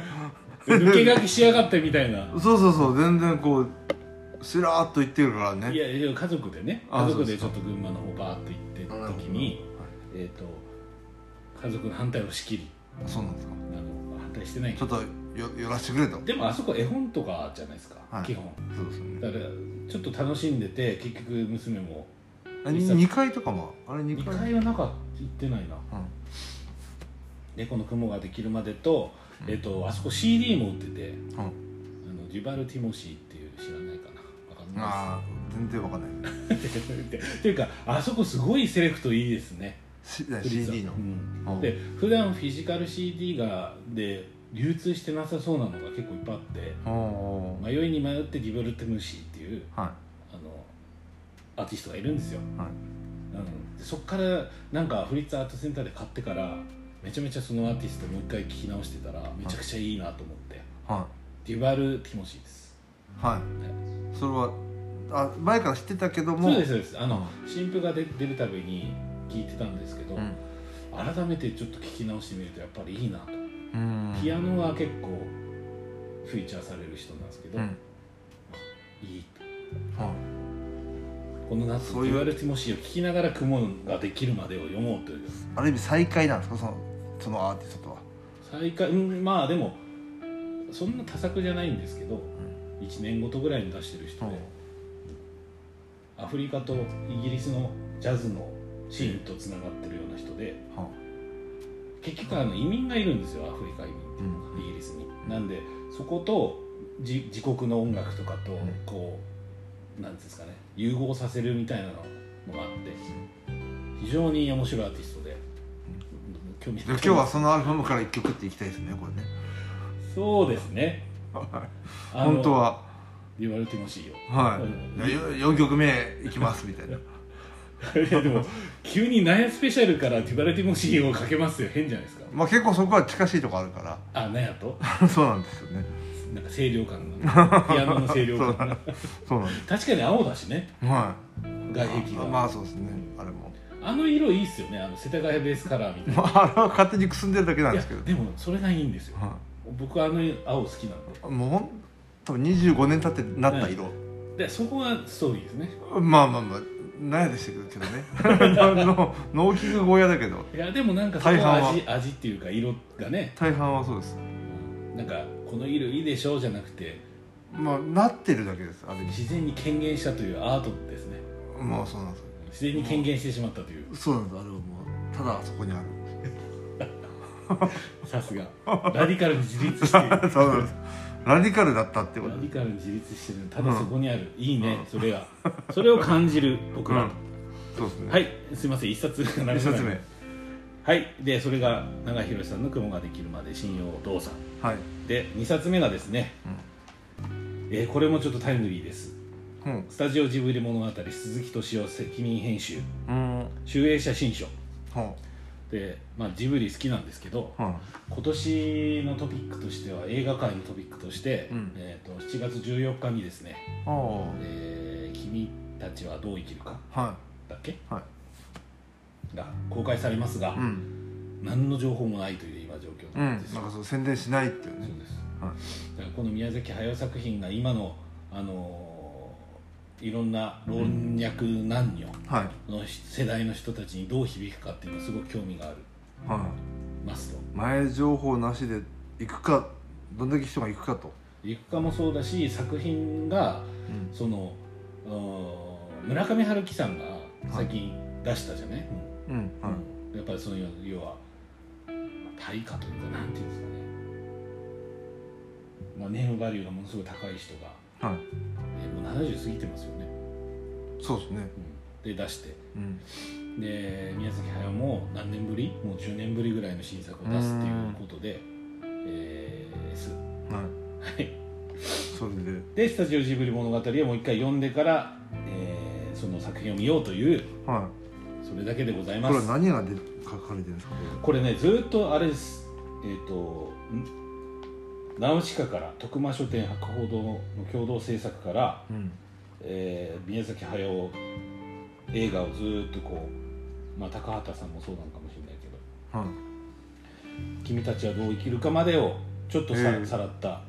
[SPEAKER 1] 抜け書きしやがってみたいな
[SPEAKER 2] そうそうそう全然こうスラーっと言ってるから
[SPEAKER 1] い
[SPEAKER 2] ね
[SPEAKER 1] やいや家族でね
[SPEAKER 2] あ
[SPEAKER 1] 家族でち
[SPEAKER 2] そ
[SPEAKER 1] ょ
[SPEAKER 2] う
[SPEAKER 1] っと群馬の方バーって行
[SPEAKER 2] あ
[SPEAKER 1] っ
[SPEAKER 2] な
[SPEAKER 1] た
[SPEAKER 2] るほ
[SPEAKER 1] 時
[SPEAKER 2] ど
[SPEAKER 1] に、
[SPEAKER 2] は
[SPEAKER 1] えっ、と家族の反対を仕切り
[SPEAKER 2] いそうなんですか
[SPEAKER 1] あの反対してないけ
[SPEAKER 2] ちょ
[SPEAKER 1] ど
[SPEAKER 2] っとよ寄らしてくれと
[SPEAKER 1] でもあそこ絵本とかじゃないですか、
[SPEAKER 2] はい
[SPEAKER 1] 基本
[SPEAKER 2] そうですよね
[SPEAKER 1] だからちょっと楽しんでて結局娘も
[SPEAKER 2] あに二階とかもあれ二
[SPEAKER 1] 2
[SPEAKER 2] 階
[SPEAKER 1] 階はなんか行ってないな猫の雲ができるまでと,、
[SPEAKER 2] うん
[SPEAKER 1] えっとあそこ CD も売ってて、
[SPEAKER 2] うんうん
[SPEAKER 1] あのジュバル・ティモシーっていう知らないかなわかんな
[SPEAKER 2] ああ全然わかん ない
[SPEAKER 1] いですってっていうかあそこすごいセレクトいいですね
[SPEAKER 2] し CD の
[SPEAKER 1] うん
[SPEAKER 2] うん
[SPEAKER 1] で普段フィジカル CD がで流通してなさそうなのが結構いっぱいあって
[SPEAKER 2] おおー
[SPEAKER 1] 迷いに迷ってジュバル・ティモシーっていう
[SPEAKER 2] は
[SPEAKER 1] あのアーティストがいるんですよ、
[SPEAKER 2] はい
[SPEAKER 1] うん、でそっからなんかフリッツアートセンターで買ってからめちゃめちゃそのアーティストもう一回聞き直してたらめちゃくちゃいいなと思って、
[SPEAKER 2] いは
[SPEAKER 1] デュバル・ティモシーです
[SPEAKER 2] いはいそれはあ前から知ってたけども
[SPEAKER 1] そうですそうですあ
[SPEAKER 2] あ
[SPEAKER 1] の新譜が出出るたびに聞いてたんですけど、
[SPEAKER 2] うん
[SPEAKER 1] 改めてちょっと聞き直してみるとやっぱりいいなと、
[SPEAKER 2] うん
[SPEAKER 1] ピアノは結構フィーチャーされる人なんですけど、
[SPEAKER 2] うん
[SPEAKER 1] いいと
[SPEAKER 2] はい
[SPEAKER 1] この夏
[SPEAKER 2] そう
[SPEAKER 1] デ
[SPEAKER 2] いう
[SPEAKER 1] ュバル・ティモシーを聞きながら雲ができるまでを読もうという
[SPEAKER 2] ある意味再会なんですかそのそのアーティストとは
[SPEAKER 1] 再開うんまあでもそんな多作じゃないんですけど1年ごとぐらいに出してる人で、アフリカとイギリスのジャズのシーンとつながってるような人で
[SPEAKER 2] は
[SPEAKER 1] 結局あの移民がいるんですよアフリカ移民っていうのが、
[SPEAKER 2] うん
[SPEAKER 1] イギリスに。なんでそことじ自国の音楽とかと
[SPEAKER 2] ん
[SPEAKER 1] こうなんていうんですかね融合させるみたいなのがあって非常に面白いアーティストで。興味
[SPEAKER 2] で今日はそのアルバムから一曲っていきたいですねこれね
[SPEAKER 1] そうですねあの
[SPEAKER 2] 本当は
[SPEAKER 1] デュバル・ティモ シーを
[SPEAKER 2] はい4曲目いきますみた いない
[SPEAKER 1] やでも急に「ナヤスペシャル」から「ティバレティモシー」をかけますよ変じゃないですか
[SPEAKER 2] まあ結構そこは近しいとこあるか
[SPEAKER 1] あナヤと
[SPEAKER 2] ら そうなんですよね
[SPEAKER 1] なんか清涼感 がピアノの清涼
[SPEAKER 2] そう
[SPEAKER 1] 感
[SPEAKER 2] なん
[SPEAKER 1] が
[SPEAKER 2] そうなんで
[SPEAKER 1] 確かに青だしね
[SPEAKER 2] すは
[SPEAKER 1] 外壁
[SPEAKER 2] い
[SPEAKER 1] が
[SPEAKER 2] あ
[SPEAKER 1] あ,、
[SPEAKER 2] まあそうですねあれも
[SPEAKER 1] の色いいっすよねあの世田谷ベースカラーみたいな
[SPEAKER 2] まああれは勝手にくすんでるだけな
[SPEAKER 1] い
[SPEAKER 2] んで
[SPEAKER 1] や
[SPEAKER 2] すけど
[SPEAKER 1] でもそれがいいんですよ
[SPEAKER 2] は
[SPEAKER 1] 僕あの青好きなんで
[SPEAKER 2] いもうほん多分25年経ってなった色
[SPEAKER 1] でそこがストーリーですね
[SPEAKER 2] まあまあまあ悩んでしたけどねあの農機具小屋だけど
[SPEAKER 1] いやでもなんかそこ
[SPEAKER 2] 大半
[SPEAKER 1] は
[SPEAKER 2] は
[SPEAKER 1] 味味っていうか色がね
[SPEAKER 2] 大半はそうです
[SPEAKER 1] なんかこの色いいでしょうじゃなくて
[SPEAKER 2] まあなってるだけですあれに
[SPEAKER 1] 自然に権限したというアートですね
[SPEAKER 2] まあそうなんですよ
[SPEAKER 1] 自然に権限してしまったという
[SPEAKER 2] そうなんですあれはもうただあそこにある
[SPEAKER 1] さすがラディカルに自立 しているラ
[SPEAKER 2] そうなんですラディカルだったってこと
[SPEAKER 1] ディカルに自立してるただそこにある、いいね、それがそれを感じ る僕ら、
[SPEAKER 2] そうですね
[SPEAKER 1] はいいすいません一冊が
[SPEAKER 2] 1
[SPEAKER 1] 長くな
[SPEAKER 2] 冊
[SPEAKER 1] る
[SPEAKER 2] 目
[SPEAKER 1] はいでそれが長井宏さんの「雲ができるまで信用お父さん
[SPEAKER 2] はい」
[SPEAKER 1] で2冊目がですね、えーこれもちょっとタイムリーです
[SPEAKER 2] うん
[SPEAKER 1] スタジオジブリ物語鈴木敏夫責任編集
[SPEAKER 2] うんは
[SPEAKER 1] 集英写真書
[SPEAKER 2] あ
[SPEAKER 1] で、まあ、ジブリ好きなんですけど
[SPEAKER 2] は
[SPEAKER 1] 今年のトピックとしては映画界のトピックとして、
[SPEAKER 2] うん
[SPEAKER 1] えー、と7月14日にですね
[SPEAKER 2] あは
[SPEAKER 1] えー君たちはどう生きるか
[SPEAKER 2] あは
[SPEAKER 1] だっけ、
[SPEAKER 2] は
[SPEAKER 1] が公開されますが、
[SPEAKER 2] いうん
[SPEAKER 1] 何の情報もないという今状況
[SPEAKER 2] う
[SPEAKER 1] なん
[SPEAKER 2] ん
[SPEAKER 1] です
[SPEAKER 2] な
[SPEAKER 1] よ、
[SPEAKER 2] んかそう宣伝しないっていうね
[SPEAKER 1] そうです、
[SPEAKER 2] はい
[SPEAKER 1] だからこの宮崎駿作品が今の、あのーいろんな老若男女
[SPEAKER 2] はい
[SPEAKER 1] の世代の人たちにどう響くかっていうのはすごく興味があり
[SPEAKER 2] は
[SPEAKER 1] ますと
[SPEAKER 2] い前情報なしで行くかどんだけ人が行くかと
[SPEAKER 1] 行くかもそうだし作品が
[SPEAKER 2] うん
[SPEAKER 1] そのうーん村上春樹さんが最近出したじゃね、
[SPEAKER 2] うんはい
[SPEAKER 1] やっぱりその要要は対価というかなんていうんですかね、まあ、ネームバリューがものすごい高い人が、
[SPEAKER 2] はい
[SPEAKER 1] えーもう70過ぎてますよね、
[SPEAKER 2] そうですね
[SPEAKER 1] で出して
[SPEAKER 2] うん
[SPEAKER 1] で宮崎駿も何年ぶりもう10年ぶりぐらいの新作を出すっていうことで、えー、S
[SPEAKER 2] はい
[SPEAKER 1] はい
[SPEAKER 2] それで
[SPEAKER 1] でスタジオジブリ物語をもう一回読んでから、え品を見ようという
[SPEAKER 2] は
[SPEAKER 1] それだけでござい
[SPEAKER 2] い、
[SPEAKER 1] ま
[SPEAKER 2] これ
[SPEAKER 1] す
[SPEAKER 2] は何がで書かれてるんですか
[SPEAKER 1] これねずーっとあれですえっ、とんナウシカから徳間書店博報堂の共同制作から、
[SPEAKER 2] うん
[SPEAKER 1] えー宮崎駿映画をずーっとこう、まあ、高畑さんもそうなのかもしれないけど
[SPEAKER 2] はい、
[SPEAKER 1] 「君たちはどう生きるか」までをちょっとさ,、
[SPEAKER 2] ええ
[SPEAKER 1] さらった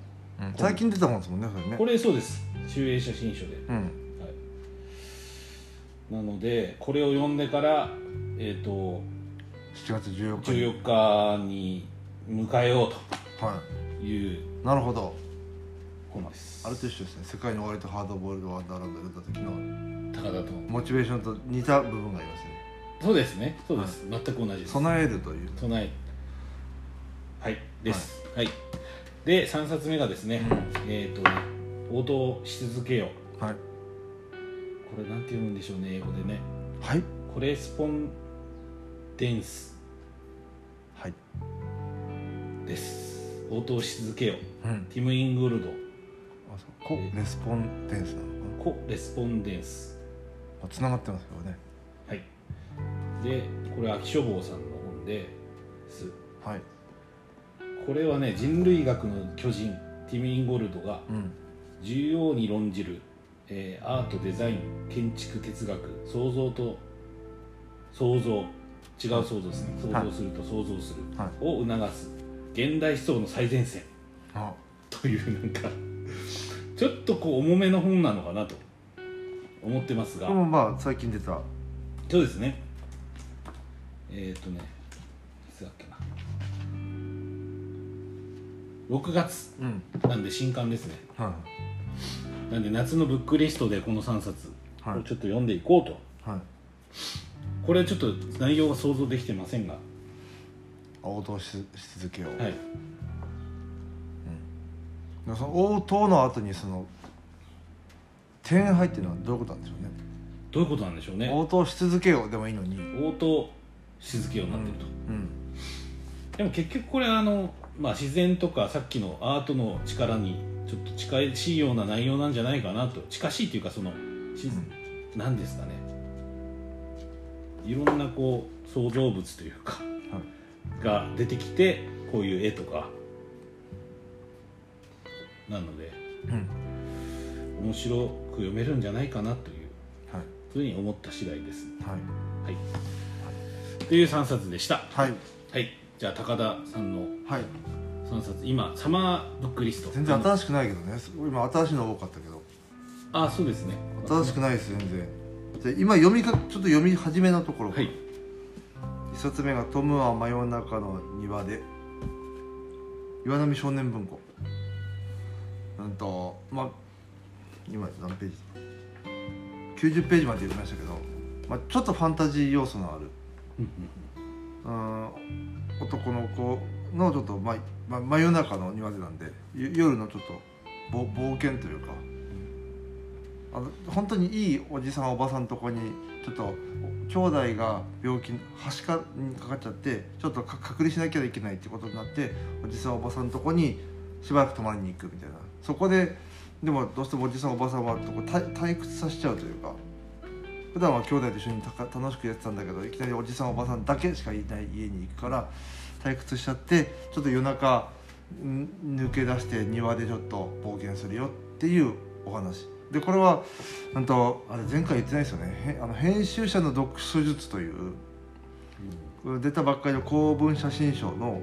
[SPEAKER 2] うん最近出たもんですもんねそれね
[SPEAKER 1] これそうです集英写真書で
[SPEAKER 2] うん
[SPEAKER 1] はい、なのでこれを読んでから、えー、と
[SPEAKER 2] 7月14日に
[SPEAKER 1] 14日に迎えよう
[SPEAKER 2] は
[SPEAKER 1] という
[SPEAKER 2] いなるほど
[SPEAKER 1] 本です
[SPEAKER 2] あれと一緒ですね世界に終わりとハードボールドワンダーランド読んだ時の
[SPEAKER 1] 高田と
[SPEAKER 2] モチベーションと似た部分がありますね
[SPEAKER 1] そうですねそうです、全く同じです
[SPEAKER 2] 備えるという、
[SPEAKER 1] 備えはいですはい、で3冊目がですね、えっ、とね応答し続けよ
[SPEAKER 2] はい、
[SPEAKER 1] これなんて読むんでしょうね英語でね
[SPEAKER 2] はい
[SPEAKER 1] コレスポンデンス
[SPEAKER 2] はい
[SPEAKER 1] です応答し続けよ
[SPEAKER 2] うん
[SPEAKER 1] ティム・イングルド
[SPEAKER 2] あそうこレスポンデンスなのか
[SPEAKER 1] コ・レスポンデンス
[SPEAKER 2] なつながってますけどね
[SPEAKER 1] はい、でこれ秋書房さんの本です
[SPEAKER 2] はい
[SPEAKER 1] これはね人類学の巨人ティム・インゴルドが
[SPEAKER 2] うん
[SPEAKER 1] 重要に論じる、えーアートデザイン建築哲学創造と創造違う創造ですね
[SPEAKER 2] は
[SPEAKER 1] 創
[SPEAKER 2] い
[SPEAKER 1] 造すると創造する、
[SPEAKER 2] は
[SPEAKER 1] を促す現代思想の最前線
[SPEAKER 2] あ
[SPEAKER 1] というなんかちょっとこう重めの本なのかなと思ってますが、
[SPEAKER 2] でもまあ最近出た
[SPEAKER 1] そうですねえっ、ー、とねいつだっけな6月
[SPEAKER 2] うん
[SPEAKER 1] なんで新刊ですね
[SPEAKER 2] は
[SPEAKER 1] なんで夏のブックリストでこの3冊
[SPEAKER 2] いは
[SPEAKER 1] を
[SPEAKER 2] い
[SPEAKER 1] ちょっと読んでいこうと、
[SPEAKER 2] はい
[SPEAKER 1] これはちょっと内容が想像できてませんが
[SPEAKER 2] 応答しし続けよう、
[SPEAKER 1] はい
[SPEAKER 2] でその応答の後にその点入ってるのはどういうことなんでしょうね
[SPEAKER 1] どういうことなんでしょうね
[SPEAKER 2] 応答し続けようでもいいのに
[SPEAKER 1] 応答し続けようになってると、
[SPEAKER 2] うん
[SPEAKER 1] でも結局これはあの、まあ、自然とかさっきのアートの力にちょっと近しいような内容なんじゃないかなと近しいというかそのしなんですかねいろんなこう創造物というか、が出てきてこういう絵とかなので
[SPEAKER 2] うんうん
[SPEAKER 1] 面白く読めるんじゃないかなという
[SPEAKER 2] はい
[SPEAKER 1] ふうに思った次第です
[SPEAKER 2] は
[SPEAKER 1] は
[SPEAKER 2] い
[SPEAKER 1] いという3冊でした
[SPEAKER 2] はい
[SPEAKER 1] はいじゃあ高田さんの
[SPEAKER 2] はい
[SPEAKER 1] 3冊今サマーブックリスト
[SPEAKER 2] 全然新しくないけどねすごい今新しいの多かったけど
[SPEAKER 1] ああそうですね
[SPEAKER 2] 新しくないです全然で今読みかちょっと読み始めのところ、
[SPEAKER 1] は
[SPEAKER 2] 一
[SPEAKER 1] い
[SPEAKER 2] 冊目が「トムは真夜中の庭で」岩波少年文庫うんとまあ今何ページ90ページまで読みましたけど、まあ、ちょっとファンタジー要素のある
[SPEAKER 1] うん
[SPEAKER 2] うん男の子のちょっと、まあまあ、真夜中の庭でなんでゆ夜のちょっとぼ冒険というかあの本当にいいおじさんおばさんとこにちょっと兄弟が病気はしかにかかっちゃってちょっとか隔離しなきゃいけないってことになっておじさんおばさんとこにしばらく泊まりに行くみたいなそこででもどうしてもおじさんおばさんはこう退退屈させちゃうというか普段は兄弟と一緒にたか楽しくやってたんだけどいきなりおじさんおばさんだけしかいない家に行くから退屈しちゃってちょっと夜中ん抜け出して庭でちょっと冒険するよっていうお話でこれはなんとあれ前回言ってないですよねへあの編集者の読書術という出たばっかりの公文写真賞の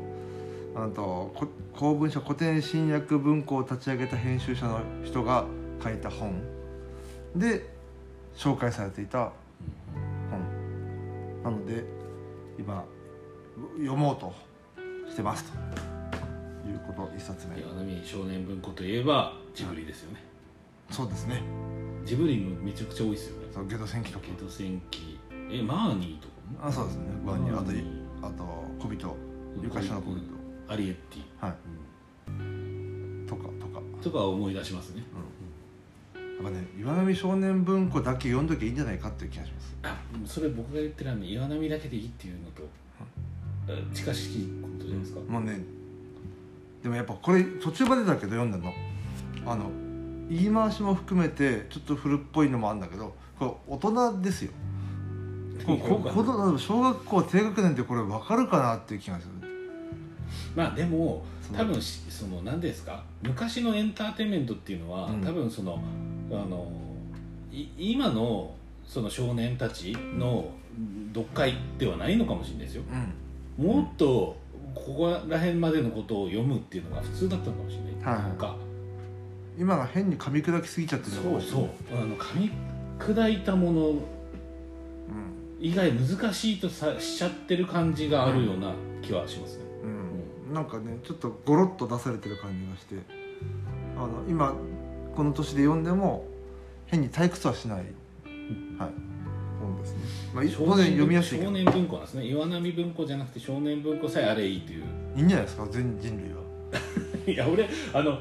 [SPEAKER 2] あとこ公文社古典新訳文庫を立ち上げた編集者の人が書いた本で紹介されていた本なので今読もうとしてますということ一冊目
[SPEAKER 1] 岩波少年文庫といえばジブリですよね
[SPEAKER 2] そうですね
[SPEAKER 1] ジブリもめちゃくちゃ多いですよね
[SPEAKER 2] そうゲド戦記とか
[SPEAKER 1] ゲド戦記えマーニーとかも
[SPEAKER 2] あそうですねワンにあと
[SPEAKER 1] マーニ
[SPEAKER 2] いあと小人
[SPEAKER 1] うん
[SPEAKER 2] ゆかしの小人
[SPEAKER 1] ーアリエッティ、
[SPEAKER 2] はい
[SPEAKER 1] うん
[SPEAKER 2] とかとか
[SPEAKER 1] とか思い出しますね
[SPEAKER 2] やっぱね岩波少年文庫だけ読んどきゃいいんじゃないかっていう気がします
[SPEAKER 1] あそれ僕が言ってるあの岩波だけでいいっていうのとあ近しいことじゃないですか、
[SPEAKER 2] もうねでもやっぱこれ途中までだけど読んだのあの言い回しも含めてちょっと古っぽいのもあるんだけどこれ大人ですよこここの小学校低学年でこれ分かるかなっていう気がする
[SPEAKER 1] まあでも
[SPEAKER 2] その
[SPEAKER 1] 多分しその何ですか昔のエンターテインメントっていうのは、
[SPEAKER 2] うん
[SPEAKER 1] 多分そのあのい今のその少年たちの読解ではないのかもしれないですよ
[SPEAKER 2] うん
[SPEAKER 1] もっとここら辺までのことを読むっていうのが普通だったのかもしれない、
[SPEAKER 2] はいはい
[SPEAKER 1] なんか
[SPEAKER 2] 今が変に噛み砕きすぎちゃってるの
[SPEAKER 1] そうそうあの噛み砕いたもの
[SPEAKER 2] うん
[SPEAKER 1] 以外難しいとさしちゃってる感じがあるような気はしますね、
[SPEAKER 2] うんなんかねちょっとゴロッと出されてる感じがしてあの今この年で読んでも変に退屈はしない、はい本ですねまあい当然読みやすいけ
[SPEAKER 1] 少
[SPEAKER 2] どい
[SPEAKER 1] 年文庫なんですね岩波文庫じゃなくて少年文庫さえあれいいという
[SPEAKER 2] いんじゃないですか全人類はい
[SPEAKER 1] や俺あの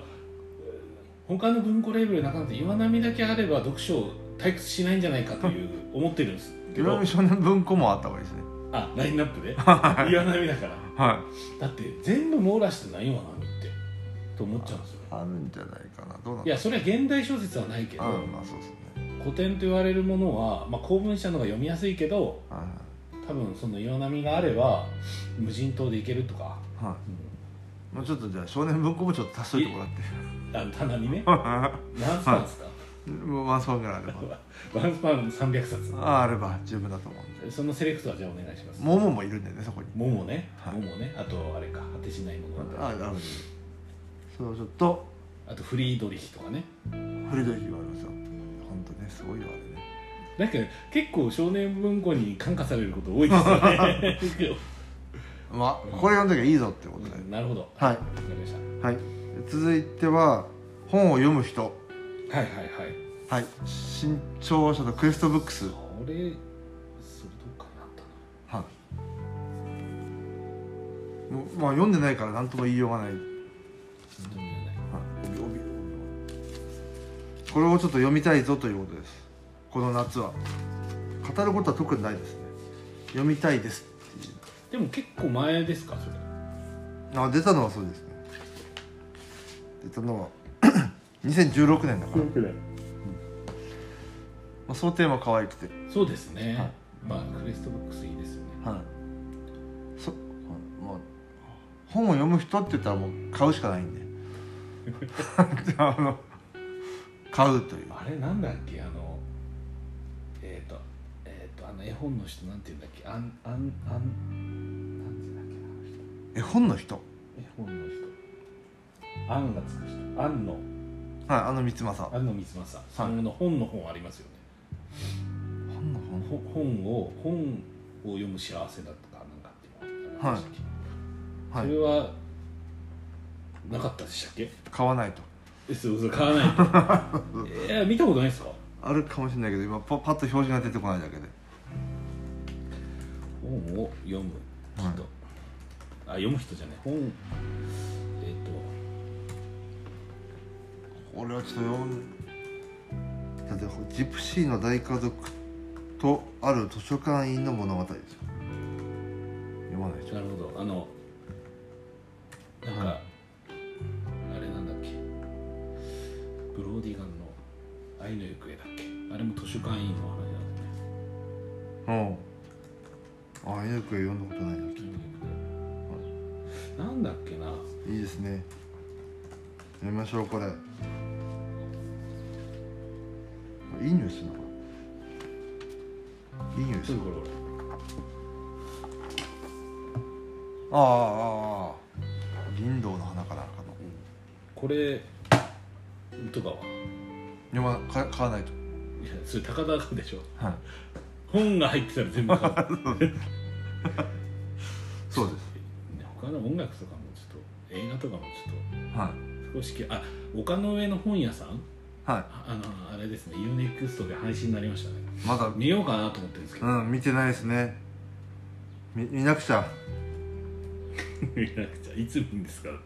[SPEAKER 1] 他の文庫レーベルなかなか岩波だけあれば読書退屈しないんじゃないかという思ってるんですけ
[SPEAKER 2] 岩
[SPEAKER 1] ど
[SPEAKER 2] 波少年文庫もあった方がいいですね
[SPEAKER 1] あラインナップで
[SPEAKER 2] は
[SPEAKER 1] 岩波だから
[SPEAKER 2] いはい
[SPEAKER 1] だって全部網羅してない岩波ってと思っちゃうんですよ
[SPEAKER 2] あるんじゃないかなどうなん
[SPEAKER 1] いやそれは現代小説はないけど、
[SPEAKER 2] うんまあそうですね
[SPEAKER 1] 古典と言われるものは、まあ、公文社の方が読みやすいけど
[SPEAKER 2] は
[SPEAKER 1] 多分その岩波があれば無人島で行けるとか、
[SPEAKER 2] いはいもうちょっとじゃあ少年文庫もちょっと足しといてもらっ
[SPEAKER 1] あの棚にね
[SPEAKER 2] て
[SPEAKER 1] 何スパンですか、
[SPEAKER 2] もうワンスパンぐらいあれ ば
[SPEAKER 1] ワンスパン300冊
[SPEAKER 2] ああれば十分だと思うんで
[SPEAKER 1] そのセレクトはじゃあお願いします
[SPEAKER 2] モモもいるんでねそこに
[SPEAKER 1] ももね、
[SPEAKER 2] はい
[SPEAKER 1] ももねあとあれか果てしないもの
[SPEAKER 2] ああるんでそれをちょっと
[SPEAKER 1] あとフリードリヒとかね
[SPEAKER 2] フリドリヒはありますよ本当ねすごいよあれね
[SPEAKER 1] なんか結構少年文庫に感化されること多いです よね
[SPEAKER 2] まあこれ読んだきゃいいぞってことで、
[SPEAKER 1] なるほど
[SPEAKER 2] はい
[SPEAKER 1] わかりまし
[SPEAKER 2] はい続いては本を読む人
[SPEAKER 1] たはいはいはい
[SPEAKER 2] はい新潮社のクエストブックス
[SPEAKER 1] それそれどっかにあったな
[SPEAKER 2] はい。もうまあ読んでないから何とも言いようがない。はい
[SPEAKER 1] ちょっと見えない
[SPEAKER 2] 帯帯これをちょっと読みたいぞということです。この夏は語ることは特にないですね。読みたいですっていう。
[SPEAKER 1] でも結構前ですかそれ
[SPEAKER 2] あ出たのはそうですね。出たのは 2016年だから。まあ想定も可愛くて。
[SPEAKER 1] そうですね、
[SPEAKER 2] はい
[SPEAKER 1] まあクレストボックスいいですよね
[SPEAKER 2] はい。そまあ本を読む人って言ったらもう買うしかないんで。あの買うという。
[SPEAKER 1] あれなんだっけあのえっ、とえっ、とあの絵本の人なんて言うんだっけあんあんあんなんて言うんだっけなあの人
[SPEAKER 2] 絵本の人はい
[SPEAKER 1] 絵本の人あんがつく人あんの
[SPEAKER 2] あの三政
[SPEAKER 1] あんの三つ正その本の本ありますよね
[SPEAKER 2] 本の本
[SPEAKER 1] ほ本を本を読む幸せだとかなんかっていうのがありましたっけ
[SPEAKER 2] はい
[SPEAKER 1] それはなかったでしたっけ
[SPEAKER 2] 買わないと
[SPEAKER 1] えそうそう買わないと いや見たことないですか
[SPEAKER 2] あるかもしれないけど今パパッと表示が出てこないだけで
[SPEAKER 1] 本を読む人、
[SPEAKER 2] はい
[SPEAKER 1] あ読む人じゃない本えっ、
[SPEAKER 2] これはちょっと読んだってジプシーの大家族とある図書館員の物語ですよ読まないでし
[SPEAKER 1] となるほどあのなんか、
[SPEAKER 2] は
[SPEAKER 1] あれなんだっけブローディガンの「愛の行方」だっけあれも図書館員の話だね
[SPEAKER 2] ょうんあよく読んだことない
[SPEAKER 1] 愛の行方なんだっけない
[SPEAKER 2] いですね読みましょうこれいいニュースなのかないいニュース
[SPEAKER 1] ちょっとこれ
[SPEAKER 2] ああああ林道の花かなんかの
[SPEAKER 1] これとかは
[SPEAKER 2] 読ま買買わないと
[SPEAKER 1] いやそれ高田でしょ
[SPEAKER 2] はい
[SPEAKER 1] 本が入ってたら全部買う
[SPEAKER 2] そうです
[SPEAKER 1] ね他の音楽とかもちょっと映画とかもちょっと
[SPEAKER 2] はい
[SPEAKER 1] 少しきあ丘の上の本屋さん
[SPEAKER 2] は
[SPEAKER 1] ああのあれですね UNEXT で配信になりましたね
[SPEAKER 2] いまだ
[SPEAKER 1] 見ようかなと思ってるんですけど
[SPEAKER 2] うん見てないですねみ見なくちゃ
[SPEAKER 1] 見なくちゃいつ見るんですかだっ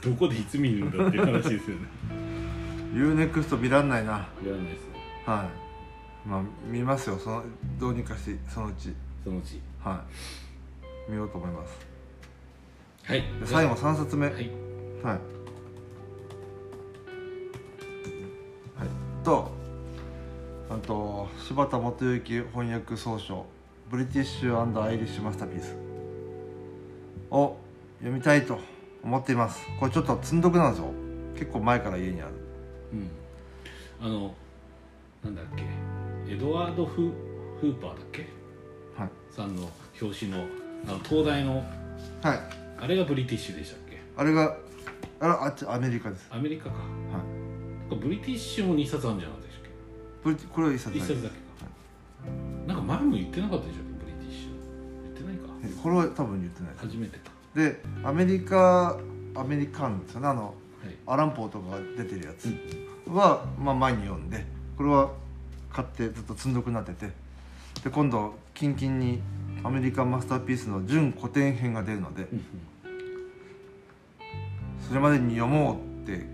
[SPEAKER 1] てどこでいつ見るんだっていう話ですよ ね
[SPEAKER 2] UNEXT 見らんないな
[SPEAKER 1] やらないですね
[SPEAKER 2] はいまあ見ますよそのどうにかしてそのうち
[SPEAKER 1] そのうち
[SPEAKER 2] はい見ようと思います
[SPEAKER 1] はい
[SPEAKER 2] で最後3冊目
[SPEAKER 1] はい
[SPEAKER 2] はい。とあと柴田元幸翻訳総書「ブリティッシュアイリッシュマスターピース」を読みたいと思っていますこれちょっと積んどくなんですよ結構前から家にある
[SPEAKER 1] うんあのなんだっけエドワード・フフーパーだっけ、
[SPEAKER 2] はい、
[SPEAKER 1] さんの表紙のあの東大の
[SPEAKER 2] はい
[SPEAKER 1] あれがブリティッシュでしたっけ
[SPEAKER 2] あれがあれあっちアメリカです
[SPEAKER 1] アメリカか、なんかブリティッシュも2冊あるんじゃないでしたっ
[SPEAKER 2] ブリティこれは一冊
[SPEAKER 1] け1
[SPEAKER 2] だけ
[SPEAKER 1] 冊だけか、なんか前も言ってなかったでしょブリティッシュ言ってないか
[SPEAKER 2] これは多分言ってないです
[SPEAKER 1] 初めてか
[SPEAKER 2] でアメリカアメリカンですよねあの
[SPEAKER 1] はい
[SPEAKER 2] アランポーとかが出てるやつは、まあ、前に読んでこれは買ってずっと積んどくなっててで今度キンキンにアメリカンマスターピースの準古典編が出るのでそれまでに読もうって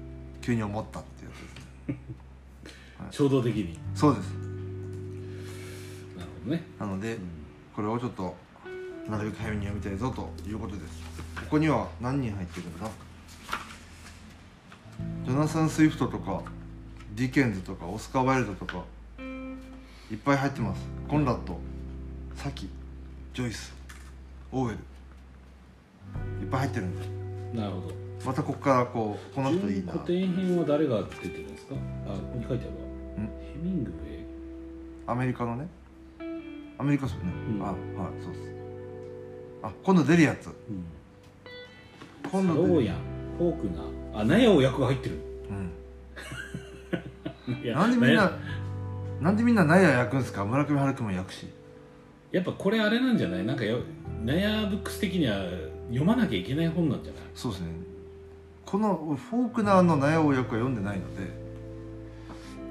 [SPEAKER 2] 急に思ったっていうやつですね
[SPEAKER 1] 衝動的に
[SPEAKER 2] そうです
[SPEAKER 1] なるほどね、
[SPEAKER 2] なのでこれをちょっとなるべく早めに読みたいぞということですここには何人入ってるんだジョナサン・スウィフトとかディケンズとかオスカー・ワイルドとかいっぱい入ってますコンラッドサキジョイスオーウェルいっぱい入ってるんで
[SPEAKER 1] なるほど
[SPEAKER 2] またここからこうこの人いいな
[SPEAKER 1] 古典編は誰が出てるんですかあここに書いてあるわ
[SPEAKER 2] ん
[SPEAKER 1] ヘミングウェイ
[SPEAKER 2] アメリカのねアメリカっすよね、
[SPEAKER 1] うん
[SPEAKER 2] あはいそうですあ今度出るやつ
[SPEAKER 1] うん
[SPEAKER 2] 今
[SPEAKER 1] サロ
[SPEAKER 2] 度出
[SPEAKER 1] ー
[SPEAKER 2] る
[SPEAKER 1] ヤンフォークナーあナヤオ役が入ってる
[SPEAKER 2] うん
[SPEAKER 1] いや
[SPEAKER 2] なんでみん
[SPEAKER 1] ナ
[SPEAKER 2] な
[SPEAKER 1] ヤ、
[SPEAKER 2] なんでみんなナヤ焼くんですか村上春樹も焼くし。
[SPEAKER 1] やっぱこれあれなんじゃないなんかよナヤブックス的には読まなきゃいけない本なんじゃない
[SPEAKER 2] そうですね。このフォークナーのナヤを焼くは読んでないので、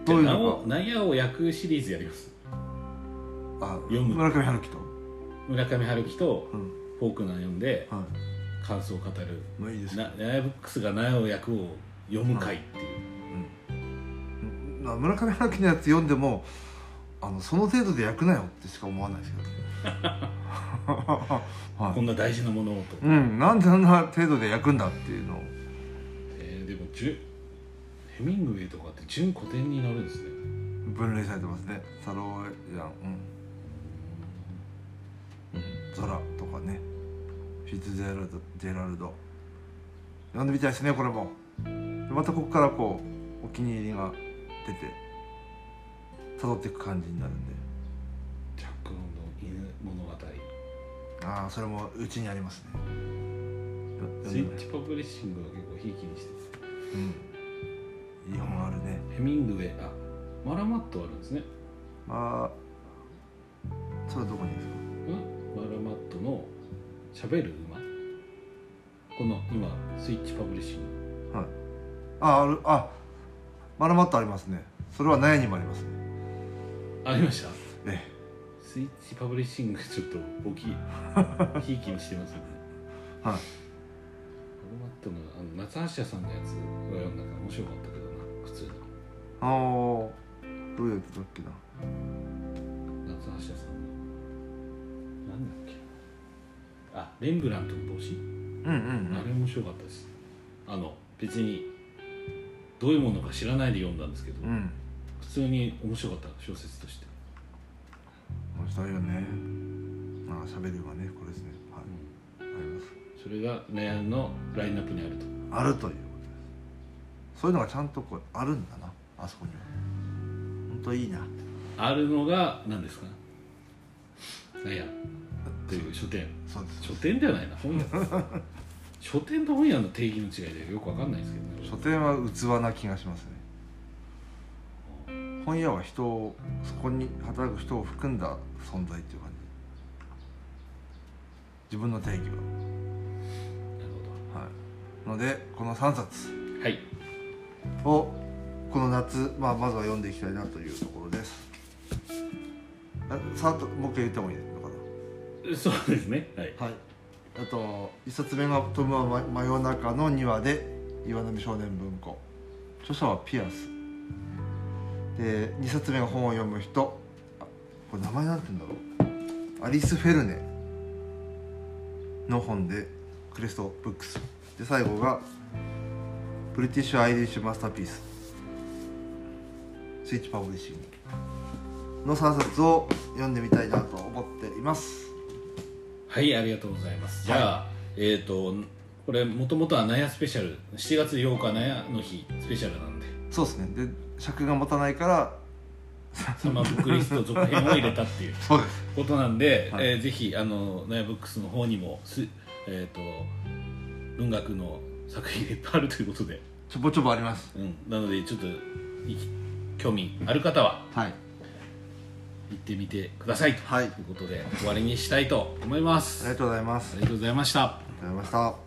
[SPEAKER 2] どういうの
[SPEAKER 1] ナヤオ役シリーズやります
[SPEAKER 2] か、あ、
[SPEAKER 1] 読む
[SPEAKER 2] 村上春樹と。
[SPEAKER 1] 村上春樹と
[SPEAKER 2] うん。
[SPEAKER 1] フォークナー読んで
[SPEAKER 2] は
[SPEAKER 1] 感想を語る
[SPEAKER 2] い。もういいです
[SPEAKER 1] なナヤブックスがナヤオ役を読む会っていう、
[SPEAKER 2] うんな村上春樹のやつ読んでも、あの、その程度で焼くなよってしか思わないですけど。は
[SPEAKER 1] こんな大事なものをと、
[SPEAKER 2] い。うん、なんであんな程度で焼くんだっていうのを。
[SPEAKER 1] えーでもじゅヘミングウェイとかって純古典になるんですね
[SPEAKER 2] 分類されてますねサローヤンうん、うん、ゾラとかねフィッツジェラルドジェラルド読んでみたいですねこれもでまたここからこうお気に入りが出て辿っていく感じになるんで
[SPEAKER 1] ジャック・ロンドン犬物語
[SPEAKER 2] ああそれもうちにありますねよ読ん
[SPEAKER 1] ス
[SPEAKER 2] で
[SPEAKER 1] イ
[SPEAKER 2] み
[SPEAKER 1] ッチパブリッシングは結構ひいきにしてて
[SPEAKER 2] うんいい本あるね
[SPEAKER 1] ヘミングウェイあマラマットあるんですね
[SPEAKER 2] まあそれはどこにですか
[SPEAKER 1] うんマラマットの「しゃべる馬」この今スイッチパブリッシング
[SPEAKER 2] ああるあマラマットありますねそれは悩にもありますね
[SPEAKER 1] ありました
[SPEAKER 2] え
[SPEAKER 1] スイッチパブリッシングちょっと大きいひ いきにしてますよね
[SPEAKER 2] え
[SPEAKER 1] マ
[SPEAKER 2] はい
[SPEAKER 1] ラマットのあの夏橋屋さんのやつは読んだから面白かったけどな普通の
[SPEAKER 2] ああどうやってたっけな
[SPEAKER 1] 夏橋屋さんのなんだっけあレンブラントの帽子、
[SPEAKER 2] うんうん
[SPEAKER 1] あれ面白かったですあの別にどういうものか知らないで読んだんですけど、
[SPEAKER 2] うんうん
[SPEAKER 1] 普通に面白かった小説として、
[SPEAKER 2] 面白いよねああ喋るわねこれですねはいあります
[SPEAKER 1] それがネアンのラインナップにあると
[SPEAKER 2] あるということですそういうのがちゃんとこうあるんだなあそこには本当いいな
[SPEAKER 1] あるのが何ですかネアンという書店
[SPEAKER 2] そうです
[SPEAKER 1] 書店ではないな本屋 書店と本屋の定義の違いでよくわかんないですけどね
[SPEAKER 2] 書店は器な気がしますね本屋は人をそこに働く人を含んだ存在っていう感じ自分の定義
[SPEAKER 1] なる
[SPEAKER 2] ははいのでこの3冊
[SPEAKER 1] ほどはい
[SPEAKER 2] をこの夏、まあ、まずは読んでいきたいなというところですあさっともう一回言った方がいいのか
[SPEAKER 1] そうですねはい
[SPEAKER 2] なはいあと一冊目が「トムは真真夜中の庭」で岩波少年文庫著者はピアスで二冊目が本を読む人あこれ名前なんて言うんだろうアリス・フェルネの本でクレストブックスで最後が「ブリティッシュ・アイリッシュ・マスターピース」スイッチパブリッシングの3冊を読んでみたいなと思っています
[SPEAKER 1] はいありがとうございますじゃあ、えっ、とこれもともとは納屋スペシャル7月8日納屋の日スペシャルなんで
[SPEAKER 2] そうですねで尺が持たないから
[SPEAKER 1] サマーブックリスト続編を入れたっていう
[SPEAKER 2] そうです
[SPEAKER 1] ことなんで、
[SPEAKER 2] はい
[SPEAKER 1] えーぜひあのナヤブックスの方にもす、えー、と文学の作品がいっぱいあるということで、
[SPEAKER 2] ちょぼちょぼあります
[SPEAKER 1] うん、なのでちょっとい興味ある方は
[SPEAKER 2] はい
[SPEAKER 1] 行ってみてくださいと
[SPEAKER 2] はい
[SPEAKER 1] いうことで終わりにしたいと思いま
[SPEAKER 2] ありが
[SPEAKER 1] す。
[SPEAKER 2] とうございま
[SPEAKER 1] あ
[SPEAKER 2] すあ
[SPEAKER 1] り
[SPEAKER 2] り
[SPEAKER 1] がとうございました。
[SPEAKER 2] がとうございました